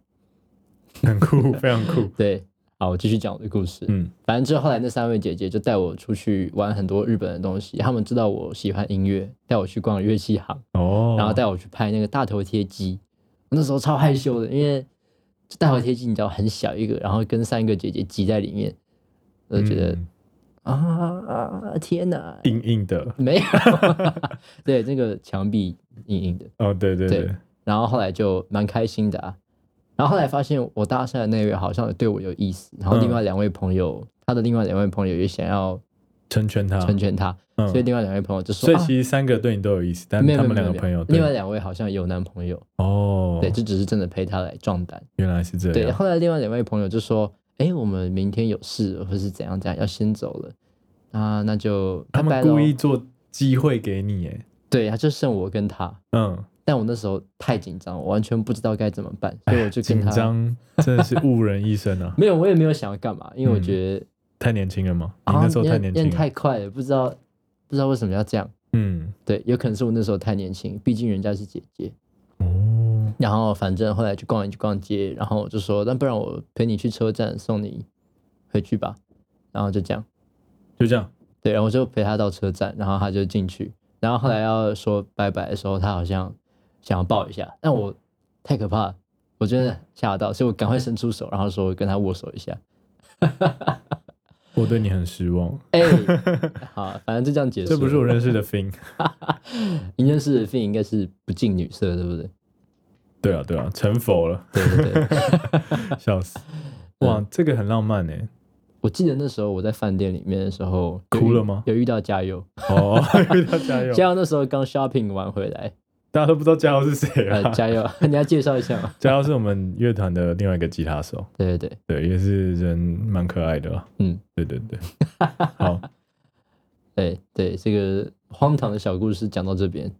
很 *laughs* 酷，非常酷。对，好，我继续讲我的故事。嗯，反正之后后来那三位姐姐就带我出去玩很多日本的东西，她们知道我喜欢音乐，带我去逛乐器行，哦，然后带我去拍那个大头贴机。我那时候超害羞的，因为这大头贴机你知道很小一个，然后跟三个姐姐挤在里面，我就觉得、嗯啊啊天哪，硬硬的。没有， *laughs* 对，那个墙壁硬硬的。哦，对对对对，然后后来就蛮开心的啊。然后后来发现我搭讪的那位好像对我有意思，然后另外两位朋友，他的另外两位朋友也想要成全他。成全他，嗯所以另外两位朋友就说，所以啊其实三个对你都有意思，但没有他没有们没两个有没有朋友对另外两位好像有男朋友，哦，对，这只是真的陪他来壮胆。原来是这对，样。后来另外两位朋友就说，哎，我们明天有事，或是怎样怎样，要先走了。啊，那就他拜们拜咯故意做机会给你，耶。对，他就剩我跟他，嗯，但我那时候太紧张，我完全不知道该怎么办，所以我就跟紧他！张真的是误人一生啊 *laughs* 没有，我也没有想要干嘛，因为我觉得、太年轻了吗？你啊，那时候太练年练轻了。太快了，不知道不知道为什么要这样。嗯，对，有可能是我那时候太年轻，毕竟人家是姐姐。哦，然后反正后来去逛一去逛街，然后我就说，那不然我陪你去车站送你回去吧。然后就这样，就这样，对，然后我就陪他到车站，然后他就进去。然后后来要说拜拜的时候，他好像想要抱一下，但我太可怕了，我真的吓到，所以我赶快伸出手，然后说跟他握手一下。我对你很失望， *laughs* 哎、好，反正就这样结束。这不是我认识的 Fin。您认识的 Fin 应该是不近女色，对不对？ *laughs* 对啊，对啊，成佛 *laughs* 了，对对对。笑死！哇，这个很浪漫哎。我记得那时候我在饭店里面的时候，有哭遇了吗有遇到加油，哦， *laughs* 要加油！加油那时候刚 shopping 完回来，大家都不知道加油是谁呃 *laughs* 啊，？加油， *laughs* 你要介绍一下吗？加油是我们乐团的另外一个吉他手，对对对，对，也是人蛮可爱的啦。嗯，对对对。好，对哎对，这个荒唐的小故事讲到这边，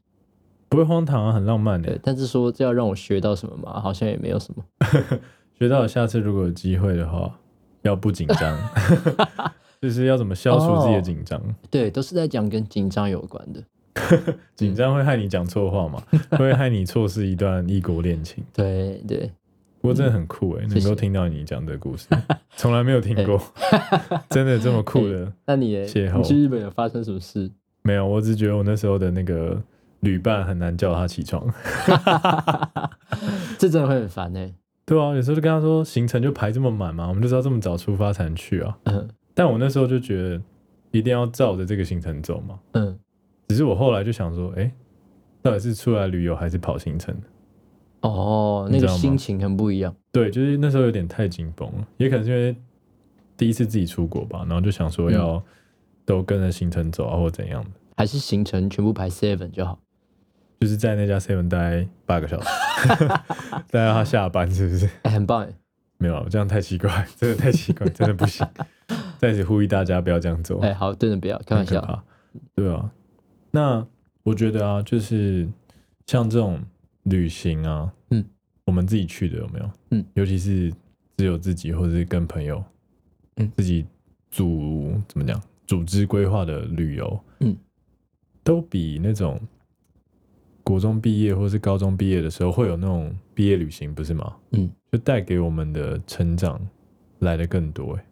不会荒唐啊，很浪漫对的。，但是说这要让我学到什么嘛，好像也没有什么。学到了下次如果有机会的话，要不紧张， *laughs* 就是要怎么消除自己的紧张。对，都是在讲跟紧张有关的。紧张会害你讲错话嘛，嗯会害你错失一段异国恋情。对对，不过真的很酷哎、谢能嗯谢够听到你讲这个故事，从来没有听 *laughs* 过，真的这么酷的那你耶邂逅你去日本有发生什么事？没有。我只觉得我那时候的那个旅伴很难叫他起床， *laughs* 这真的会很烦欸呢。对啊，有时候就跟他说行程就排这么满嘛，我们就知道这么早出发才能去啊。嗯但我那时候就觉得一定要照着这个行程走嘛。嗯，只是我后来就想说，哎、到底是出来旅游还是跑行程？哦，你那知个道吗心情很不一样。对，就是那时候有点太紧绷了，也可能是因为第一次自己出国吧，然后就想说要都跟着行程走啊，或怎样的。还是行程全部排 seven 就好。就是在那家 seven 待八个小时， *laughs* 待到他下班是不是？哎，很棒哎，没有啊，这样太奇怪， *laughs* 真的太奇怪，真的不行。在此呼吁大家不要这样做，哎，好，真的不要开很玩可笑。怕。对啊，那我觉得啊，就是像这种旅行啊，嗯，我们自己去的有没有？嗯，尤其是只有自己或者是跟朋友，嗯自己组怎么讲组织规划的旅游，嗯，都比那种国中毕业或是高中毕业的时候会有那种毕业旅行，不是吗？嗯，就带给我们的成长来的更多、欸。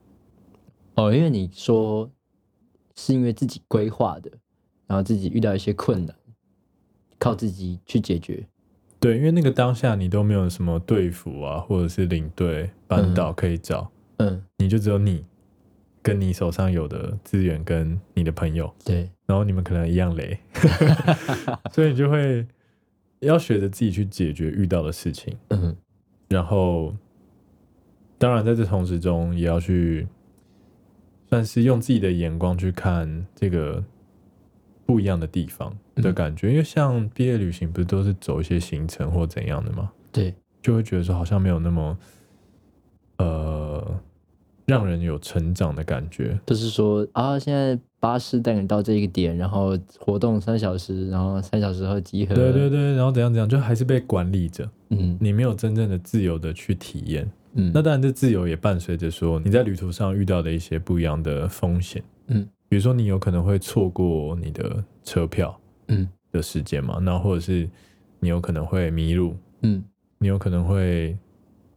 哦，因为你说是因为自己规划的，然后自己遇到一些困难，靠自己去解决。对，因为那个当下你都没有什么队服啊，或者是领队、班导可以找，嗯，你就只有你跟你手上有的资源跟你的朋友，对，然后你们可能一样累， *laughs* 所以你就会要学着自己去解决遇到的事情，嗯然后当然在这同时中也要去算是用自己的眼光去看这个不一样的地方的感觉，因为像毕业旅行不是都是走一些行程或怎样的吗？对，就会觉得说好像没有那么呃让人有成长的感觉。就是说啊，现在巴士带你到这一个点，然后活动三小时，然后三小时后集合。对对，对，然后怎样怎样，就还是被管理着，嗯你没有真正的自由的去体验。嗯，那当然，这自由也伴随着说你在旅途上遇到的一些不一样的风险。嗯，比如说你有可能会错过你的车票嗯的时间嘛，那或者是你有可能会迷路， *laughs* 嗯你有可能会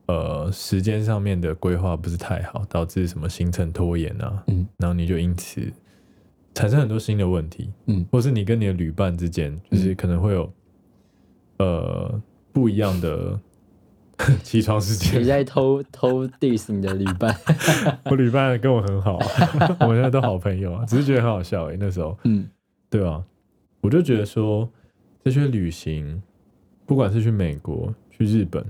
呃时间上面的规划不是太好，导致什么行程拖延啊，嗯然后你就因此产生很多新的问题，嗯或是你跟你的旅伴之间，就是可能会有、呃不一样的 *laughs* 起床时你 *laughs* 间。在偷偷 diss 你的旅伴。我旅伴跟我很好、啊， *laughs* 我们现在都好朋友啊，只是觉得很好笑而已。那时候，嗯对啊，我就觉得说这些旅行，不管是去美国、去日本，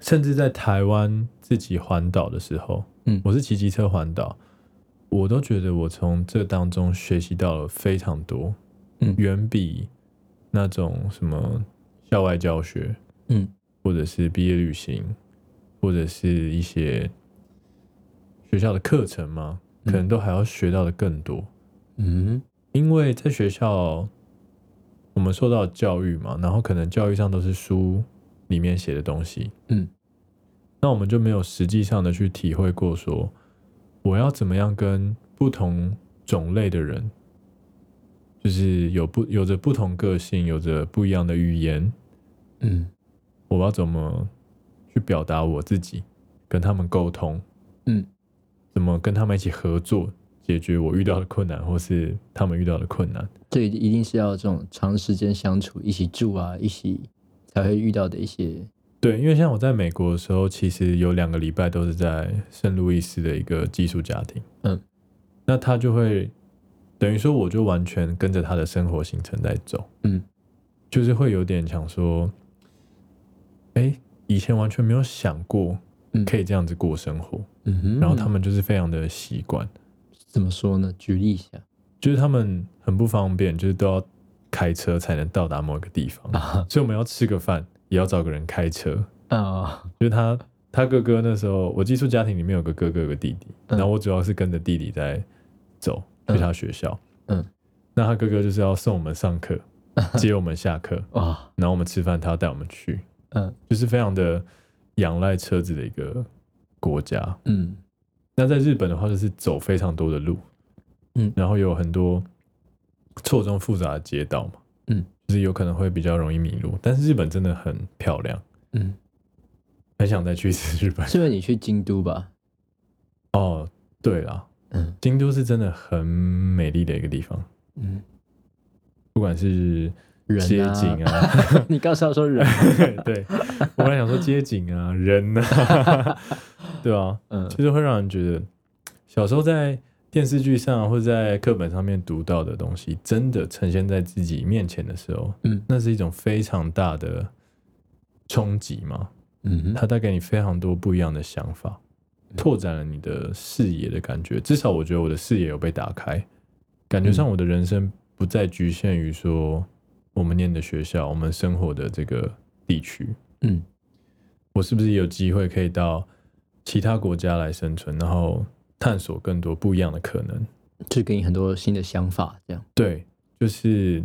甚至在台湾自己环岛的时候，嗯我是骑机车环岛，我都觉得我从这当中学习到了非常多，嗯远比那种什么校外教学， *laughs* 嗯或者是毕业旅行，或者是一些学校的课程嘛，可能都还要学到的更多。嗯因为在学校，我们受到教育嘛，然后可能教育上都是书里面写的东西，嗯，那我们就没有实际上的去体会过说，我要怎么样跟不同种类的人，就是有不有着不同个性，有着不一样的语言，嗯我要怎么去表达我自己，跟他们沟通，嗯，怎么跟他们一起合作，解决我遇到的困难，或是他们遇到的困难。这一定是要这种长时间相处、一起住啊、一起才会遇到的一些，对，因为像我在美国的时候，其实有两个礼拜都是在圣路易斯的一个寄宿家庭。嗯，那他就会等于说，我就完全跟着他的生活行程在走。嗯，就是会有点想说，哎，以前完全没有想过嗯可以这样子过生活。嗯哼然后他们就是非常的习惯，怎么说呢？举例一下就是他们很不方便，就是都要开车才能到达某一个地方。啊所以我们要吃个饭，也要找个人开车。啊，就是他他哥哥那时候，我寄宿家庭里面有个哥哥有个弟弟，嗯然后我主要是跟着弟弟在走去他学校。嗯嗯那他哥哥就是要送我们上 *laughs* 课，接我们下课，哇，然后我们吃饭，他要带我们去，嗯就是非常的仰赖车子的一个国家。嗯那在日本的话，就是走非常多的路，嗯然后有很多错综复杂的街道嘛，嗯，就是有可能会比较容易迷路。但是日本真的很漂亮，嗯，很想再去一次日本。是因为你去京都吧？哦，对啦，嗯京都是真的很美丽的一个地方，嗯，不管是人街啊，景啊， *laughs* *laughs* 你刚才说人，对，我本来想说街景啊，人啊， *laughs* 对啊， *laughs* 嗯就是会让人觉得小时候在电视剧上或者在课本上面读到的东西，真的呈现在自己面前的时候，嗯那是一种非常大的冲击嘛，嗯哼嗯它带给你非常多不一样的想法，拓展了你的视野的感觉。至少我觉得我的视野有被打开，感觉上我的人生不再局限于说我们念的学校、我们生活的这个地区，嗯我是不是有机会可以到其他国家来生存，然后探索更多不一样的可能？就给你很多新的想法，这样，对，就是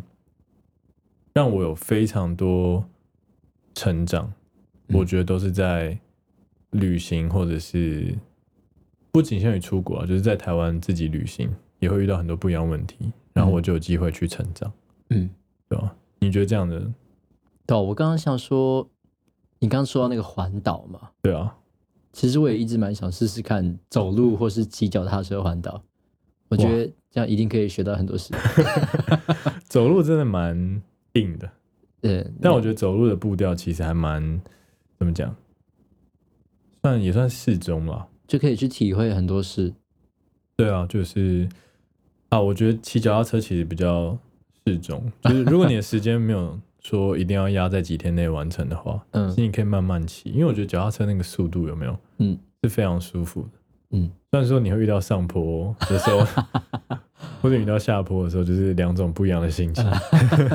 让我有非常多成长，嗯我觉得都是在旅行或者是不仅限于出国啊，就是在台湾自己旅行也会遇到很多不一样的问题，然后我就有机会去成长，嗯，对吧？你觉得这样的对啊、我刚刚想说，你刚刚说到那个环岛嘛，对啊？其实我也一直蛮想试试看走路或是骑脚踏车环岛，我觉得这样一定可以学到很多事。走路真的蛮硬的， *laughs* 对，但我觉得走路的步调其实还蛮怎么讲，算也算适中了。就可以去体会很多事。对啊，就是啊，我觉得骑脚踏车其实比较适中，就是如果你的时间没有说一定要压在几天内完成的话，嗯其实你可以慢慢骑，因为我觉得脚踏车那个速度有没有，嗯，是非常舒服的。嗯，虽然说你会遇到上坡的时候， *laughs* 或者遇到下坡的时候，就是两种不一样的心情。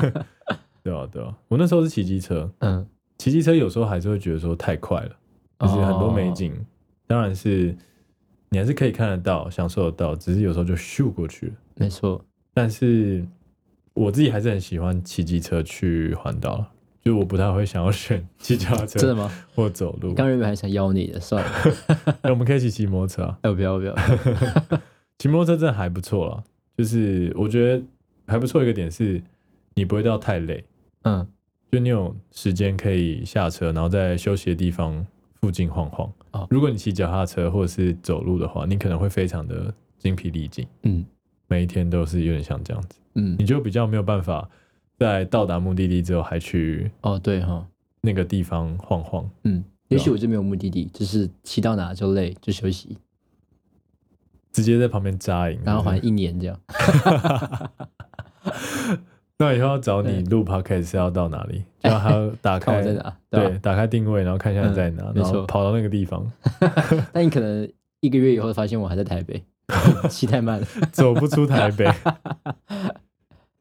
*laughs* 对啊，对啊，我那时候是骑机车，嗯，骑机车有时候还是会觉得说太快了，就是很多美景，当然是你还是可以看得到、享受得到，只是有时候就咻过去了。没错，但是我自己还是很喜欢骑机车去环岛了，就我不太会想要选骑脚踏真的车吗？或走路。刚原本还想邀你的，算了，哎，我们可以一起骑摩托车啊， *laughs* 哎，我不要，我不要。骑摩托车真的还不错啦，就是我觉得还不错一个点是，你不会到太累，嗯，就你有时间可以下车，然后在休息的地方附近晃晃。哦如果你骑脚踏车或者是走路的话，你可能会非常的精疲力尽，嗯每一天都是有点像这样子，嗯你，就比较没有办法在到达目的地之后还去哦，对哈，那个地方晃晃。嗯，也许我就没有目的地，就是骑到哪就累就休息，直接在旁边扎营，然后是不是还一 *laughs* 年这样。那以后要找你录 podcast 是要到哪里？就要还要打 *laughs* 看开我在哪，吧哎对，打开定位，然后看一下你在哪，嗯没然错后跑到那个地方，但你可能一个月以后发现我还在 *laughs* 台北，骑太慢了。走不出台 *laughs* 北。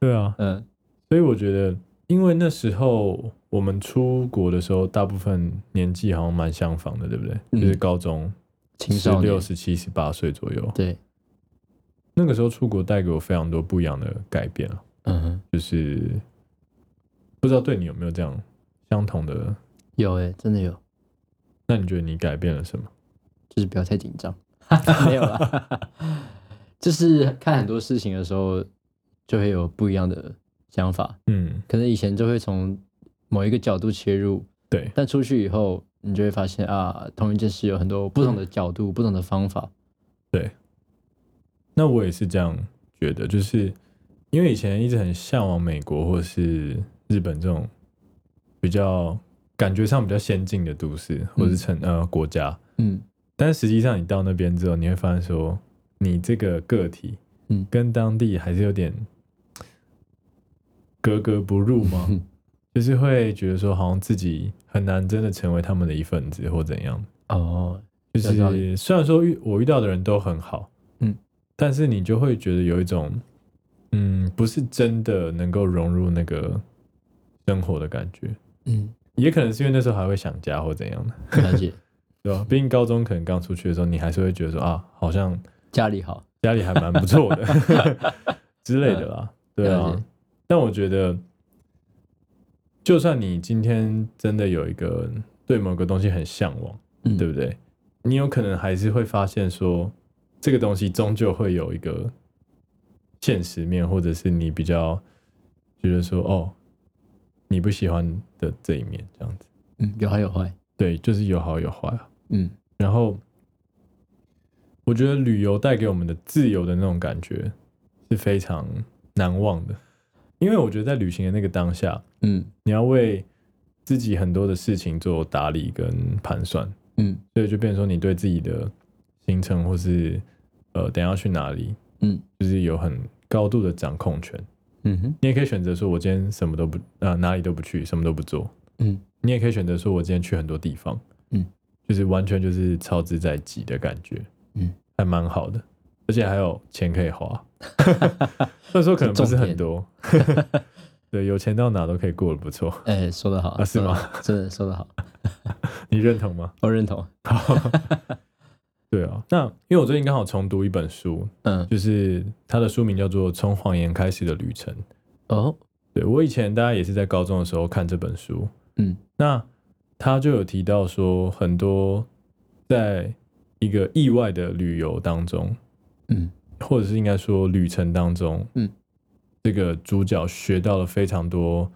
对啊，嗯所以我觉得，因为那时候我们出国的时候，大部分年纪好像蛮相仿的，对不对？嗯就是高中，青十少年六、，十七、十八岁左右。对，那个时候出国带给我非常多不一样的改变啊嗯哼，就是不知道对你有没有这样相同的？有诶、真的有，那你觉得你改变了什么？就是不要太紧 *laughs* *laughs* 张，没有啦，就是看很多事情的时候，就会有不一样的想法。嗯，可能以前就会从某一个角度切入，对，但出去以后，你就会发现啊，同一件事有很多不同的角度、不同的方法。那我也是这样觉得，就是因为以前一直很向往美国或是日本这种比较感觉上比较先进的都市或是城、呃国家，嗯但实际上你到那边之后，你会发现说，你这个个体，嗯跟当地还是有点格格不入 *laughs* 吗？嗯就是会觉得说，好像自己很难真的成为他们的一份子或怎样。哦，就有道是理虽然说遇我遇到的人都很好，嗯，但是你就会觉得有一种，嗯，不是真的能够融入那个生活的感觉。嗯，也可能是因为那时候还会想家或怎样的，了解，对吧？毕竟高中可能刚出去的时候，你还是会觉得说啊，好像 *laughs* 家里好，家里还蛮不错 *laughs* 的之类的啦，对了啊解。但我觉得，就算你今天真的有一个对某个东西很向往，嗯，对不对？你有可能还是会发现说，这个东西终究会有一个现实面，或者是你比较觉得说，哦，你不喜欢的这一面，这样子。嗯，有好有坏，对，就是有好有坏啊。嗯然后，我觉得旅游带给我们的自由的那种感觉是非常难忘的，因为我觉得在旅行的那个当下，嗯你要为自己很多的事情做打理跟盘算。嗯所以就变成说你对自己的行程或是呃等一下要去哪里，嗯就是有很高度的掌控权。嗯哼，你也可以选择说，我今天什么都不呃哪里都不去，什么都不做。嗯你也可以选择说，我今天去很多地方，嗯，就是完全就是超之在己的感觉，嗯，还蛮好的，而且还有钱可以花，虽然说可能不是很多， *laughs* 对，有钱到哪都可以过得不错，哎，说得好啊是吗说得好？真的说得好， *laughs* 你认同吗？我认同。对啊，那因为我最近刚好重读一本书，嗯，就是他的书名叫做《从谎言开始的旅程》。哦，对我以前大家也是在高中的时候看这本书，嗯那他就有提到说，很多在一个意外的旅游当中，嗯或者是应该说旅程当中，嗯，这个主角学到了非常多，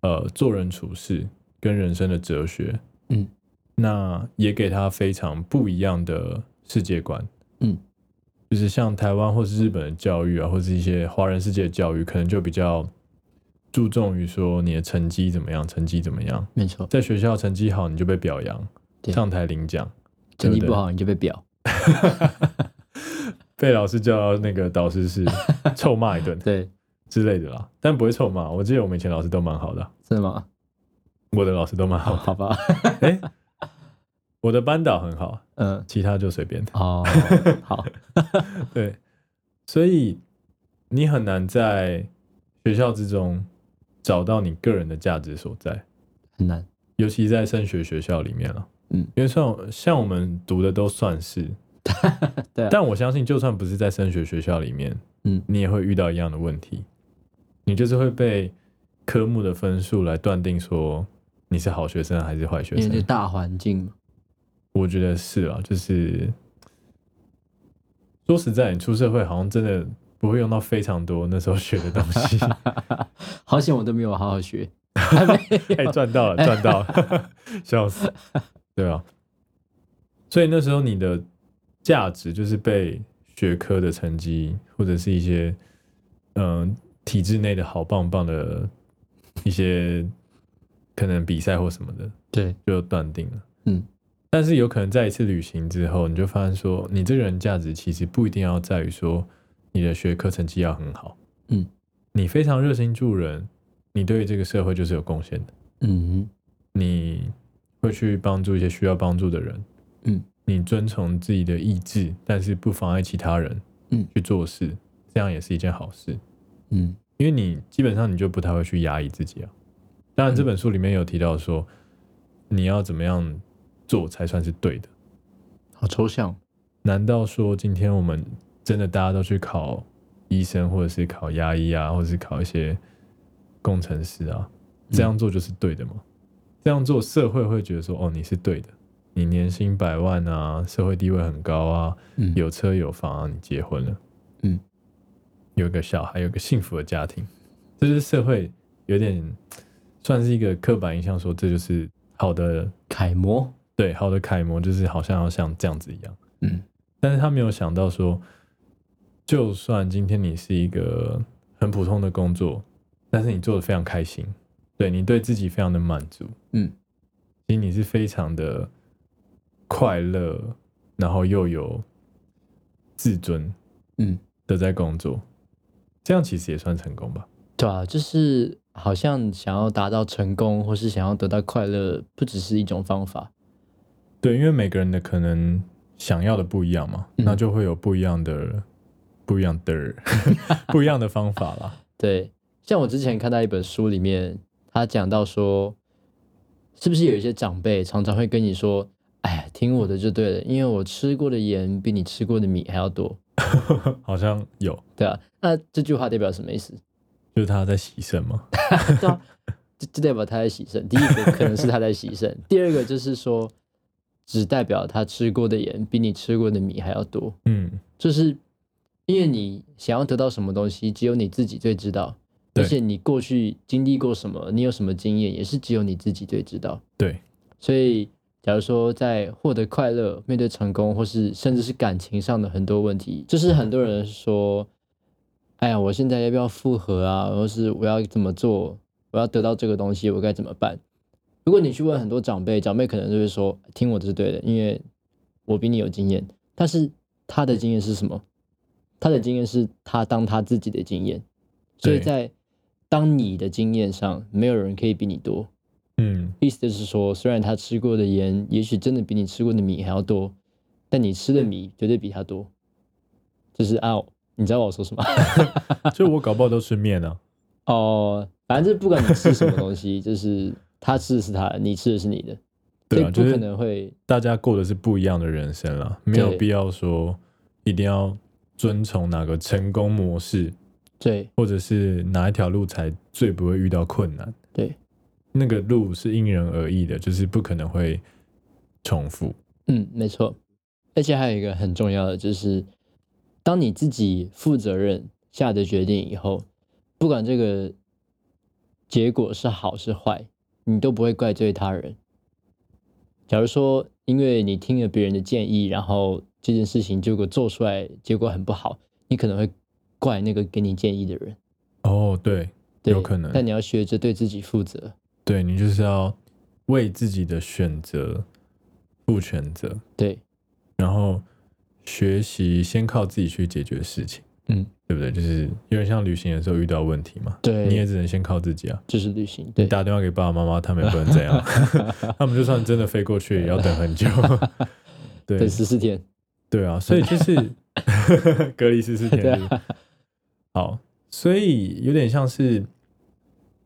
呃，做人处事跟人生的哲学，嗯，那也给他非常不一样的世界观，嗯，就是像台湾或是日本的教育啊，或是一些华人世界的教育，可能就比较注重于说你的成绩怎么样，成绩怎么样，没错，在学校成绩好你就被表扬，对上台领奖，成绩对不对不好你就被表，被老师叫到那个导师室臭骂一顿。对，之类的啦，但不会臭骂。我记得我们以前老师都蛮好的啊，是吗？我的老师都蛮好好，的，哦 *laughs* 好吧，我的班导很好，嗯，其他就随便。哦，好，对，所以你很难在学校之中找到你个人的价值所在，很 *laughs* 难，尤其在升学学校里面了。嗯，因为像像我们读的都算是， *laughs* 对啊，但我相信就算不是在升学学校里面，嗯你也会遇到一样的问题，你就是会被科目的分数来断定说你是好学生还是坏学因为生就。大环境嘛，我觉得是啊，就是说实在，你出社会好像真的不会用到非常多那时候学的东 *laughs* 西。好险我都没有好好 *laughs* 学，还没哎，有，赚到了，赚到了，,笑死！对啊，所以那时候你的价值就是被学科的成绩或者是一些嗯、体制内的好棒棒的一些可能比赛或什么的对，就断定了。嗯，但是有可能在一次旅行之后，你就发现说，你这个人价值其实不一定要在于说你的学科成绩要很好，嗯，你非常热心助人，你对这个社会就是有贡献的，嗯你会去帮助一些需要帮助的人，嗯，你遵从自己的意志，但是不妨碍其他人，嗯去做事，这样也是一件好事，嗯因为你基本上你就不太会去压抑自己啊。当然，嗯这本书里面有提到说，你要怎么样做才算是对的。好抽象，难道说今天我们真的大家都去考医生，或者是考牙医啊，或者是考一些工程师啊？嗯这样做就是对的吗？这样做社会会觉得说，哦，你是对的，你年薪百万啊，社会地位很高啊，嗯有车有房啊，你结婚了，嗯，有一个小孩，有一个幸福的家庭，这就是社会有点算是一个刻板印象，说这就是好的，楷模，对，好的楷模，就是好像要像这样子一样。嗯，但是他没有想到说，就算今天你是一个很普通的工作，但是你做的非常开心，对你对自己非常的满足，嗯，其实你是非常的快乐，然后又有自尊，嗯，的在工作，这样其实也算成功吧。对啊，就是好像想要达到成功，或是想要得到快乐，不只是一种方法。对，因为每个人的可能想要的不一样嘛，嗯那就会有不一样的、不一样的、 *laughs* 不一样的方法啦。对，像我之前看到一本书里面，他讲到说，是不是有一些长辈常常会跟你说：“哎呀，听我的就对了，因为我吃过的盐比你吃过的米还要多。好像有，”对啊，那这句话代表什么意思？就是他在洗肾嘛。对啊，这这代表他在洗肾。第一个可能是他在洗肾，第二个就是说，只代表他吃过的盐比你吃过的米还要多。嗯，就是因为你想要得到什么东西，只有你自己最知道，对而且你过去经历过什么，你有什么经验，也是只有你自己最知道。对，所以，假如说在获得快乐、面对成功，或是甚至是感情上的很多问题，就是很多人说：“哎呀，我现在要不要复合啊？或是我要怎么做？我要得到这个东西，我该怎么办？”如果你去问很多长辈，长辈可能就会说：“听我的是对的，因为我比你有经验。”但是他的经验是什么？他的经验是他当他自己的经验，所以对在当你的经验上，没有人可以比你多。嗯，意思就是说，虽然他吃过的盐也许真的比你吃过的米还要多，但你吃的米绝对比他多。就是啊，你知道我说什 *laughs* 么？就我搞不好都吃面 *laughs* 啊。哦，反正就是不管你吃什么东西，就是他吃的是他的，你吃的是你的，对啊，所就以不可是能会大家过的是不一样的人生啦，没有对必要说一定要遵从哪个成功模式，对或者是哪一条路才最不会遇到困难。对，那个路是因人而异的，就是不可能会重复。嗯，没错。而且还有一个很重要的就是，当你自己负责任下的决定以后，不管这个结果是好是坏，你都不会怪罪他人。假如说因为你听了别人的建议，然后这件事情结果做出来结果很不好，你可能会怪那个给你建议的人，哦，对，对有可能但你要学着对自己负责，对你就是要为自己的选择负全责，对，然后学习先靠自己去解决事情，嗯，对不对？就是有点像旅行的时候遇到问题嘛，对你也只能先靠自己啊。就是旅行，你对，打电话给爸爸妈妈，他们也不能这 *laughs* 样，他们就算真的飞过去，也要等很久。对对，十四天，对啊，所以就是 *laughs* 隔离十四天对啊是不是。好，所以有点像是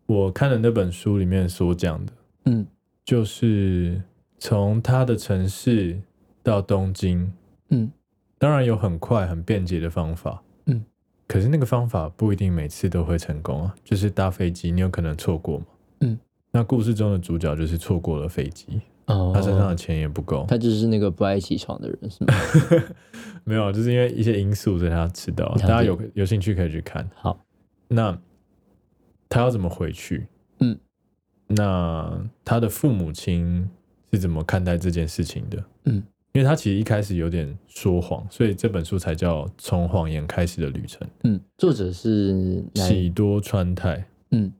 我看的那本书里面所讲的，嗯就是从他的城市到东京，嗯，当然有很快很便捷的方法，嗯，可是那个方法不一定每次都会成功啊。就是搭飞机，你有可能错过嘛，嗯。那故事中的主角就是错过了飞机，哦，他身上的钱也不够，他就是那个不爱起床的人，是吗？没有，就是因为一些因素所以他迟到。解大家有有兴趣可以去看。 *laughs* 好，那他要怎么回去？嗯，那他的父母亲是怎么看待这件事情的？嗯，因为他其实一开始有点说谎，所以这本书才叫《从谎言开始的旅程嗯，作者是》，哪一？喜多川太，哎嗯，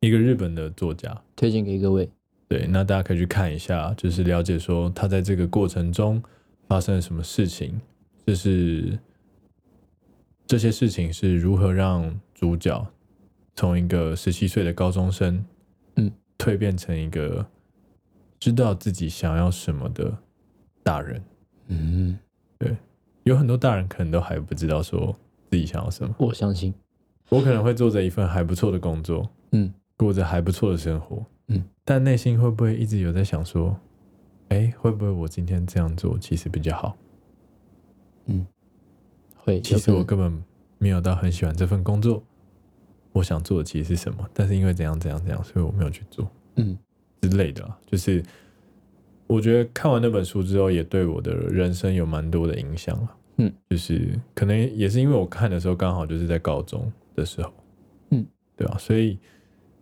一个日本的作家。推荐给各位。对，那大家可以去看一下，就是了解说他在这个过程中发生了什么事情，就是这些事情是如何让主角从一个十七岁的高中生，嗯，蜕变成一个知道自己想要什么的大人。嗯，有很多大人可能都还不知道说自己想要什么。我相信。我可能会做着一份还不错的工作，嗯，过着还不错的生活，嗯，但内心会不会一直有在想说，哎，会不会我今天这样做其实比较好？嗯会。其有实可我能根本没有到很喜欢这份工作，我想做的其实是什么？但是因为怎样怎样怎样，所以我没有去做嗯之类的啊。就是我觉得看完那本书之后，也对我的人生有蛮多的影响了。啊嗯，就是可能也是因为我看的时候刚好就是在高中的时候，嗯，对吧、所以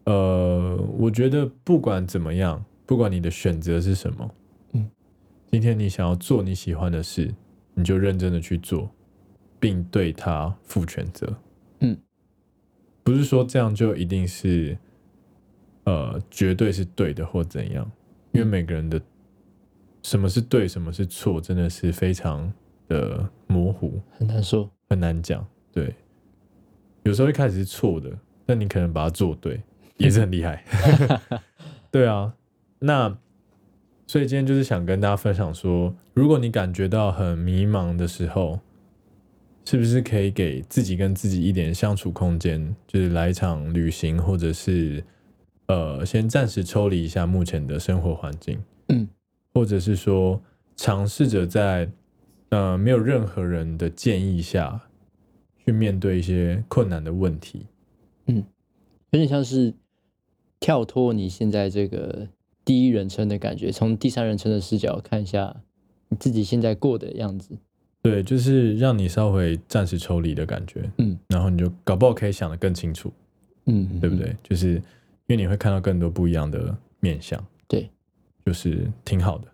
呃，我觉得不管怎么样，不管你的选择是什么，嗯，今天你想要做你喜欢的事，你就认真的去做，并对它负全责。嗯，不是说这样就一定是呃绝对是对的或怎样，因为每个人的什么是对，什么是错，真的是非常的模糊，很难说。很难讲。对，有时候一开始是错的，但你可能把它做对，也是很厉害。 *laughs* 对啊，那所以今天就是想跟大家分享说，如果你感觉到很迷茫的时候，是不是可以给自己跟自己一点相处空间，就是来一场旅行，或者是呃，先暂时抽离一下目前的生活环境，嗯，或者是说尝试着在呃没有任何人的建议下去面对一些困难的问题。有点像是跳脱你现在这个第一人称的感觉，从第三人称的视角看一下你自己现在过的样子。对，就是让你稍微暂时抽离的感觉，嗯，然后你就搞不好可以想得更清楚，嗯，对不嗯？对？就是因为你会看到更多不一样的面相，对，就是挺好的。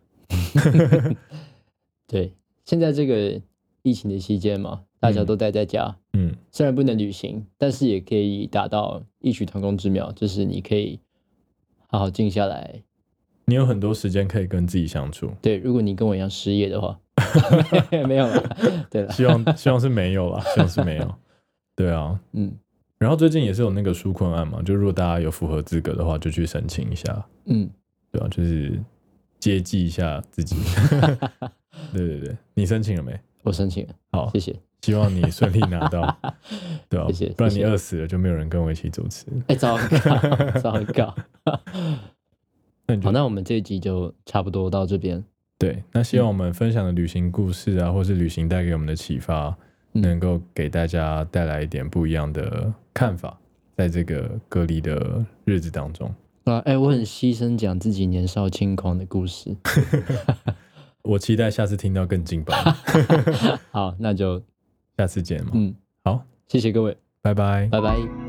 对，现在这个疫情的期间嘛，大家嗯都待在家，嗯，虽然不能旅行，但是也可以达到异曲同工之妙，就是你可以好好静下来。你有很多时间可以跟自己相处，对，如果你跟我一样失业 *laughs* 的话，没有了。对了，希望 *laughs* 希望是没有啦，希望是没有。对啊，嗯然后最近也是有那个纾困案嘛，就如果大家有符合资格的话，就去申请一下，嗯，对啊，就是接济一下自 *laughs* 己。对对对，你申请了没？我申请了，好谢，谢。希望你顺利拿 *laughs* 到，对啊，谢谢不然谢你谢饿死了就没有人跟我一起主持。哎、糟糕，糟 *laughs* 糕。那你就好，嗯那我们这一集就差不多到这边。对，那希望我们分享的旅行故事啊，或是旅行带给我们的启发，嗯能够给大家带来一点不一样的看法，在这个隔离的日子当中。啊，哎、我很牺牲讲自己年少轻狂的故事。我期待下次听到更劲爆 *laughs* 的，好，那就下次见嘛，嗯，好，谢谢各位，拜拜。拜拜。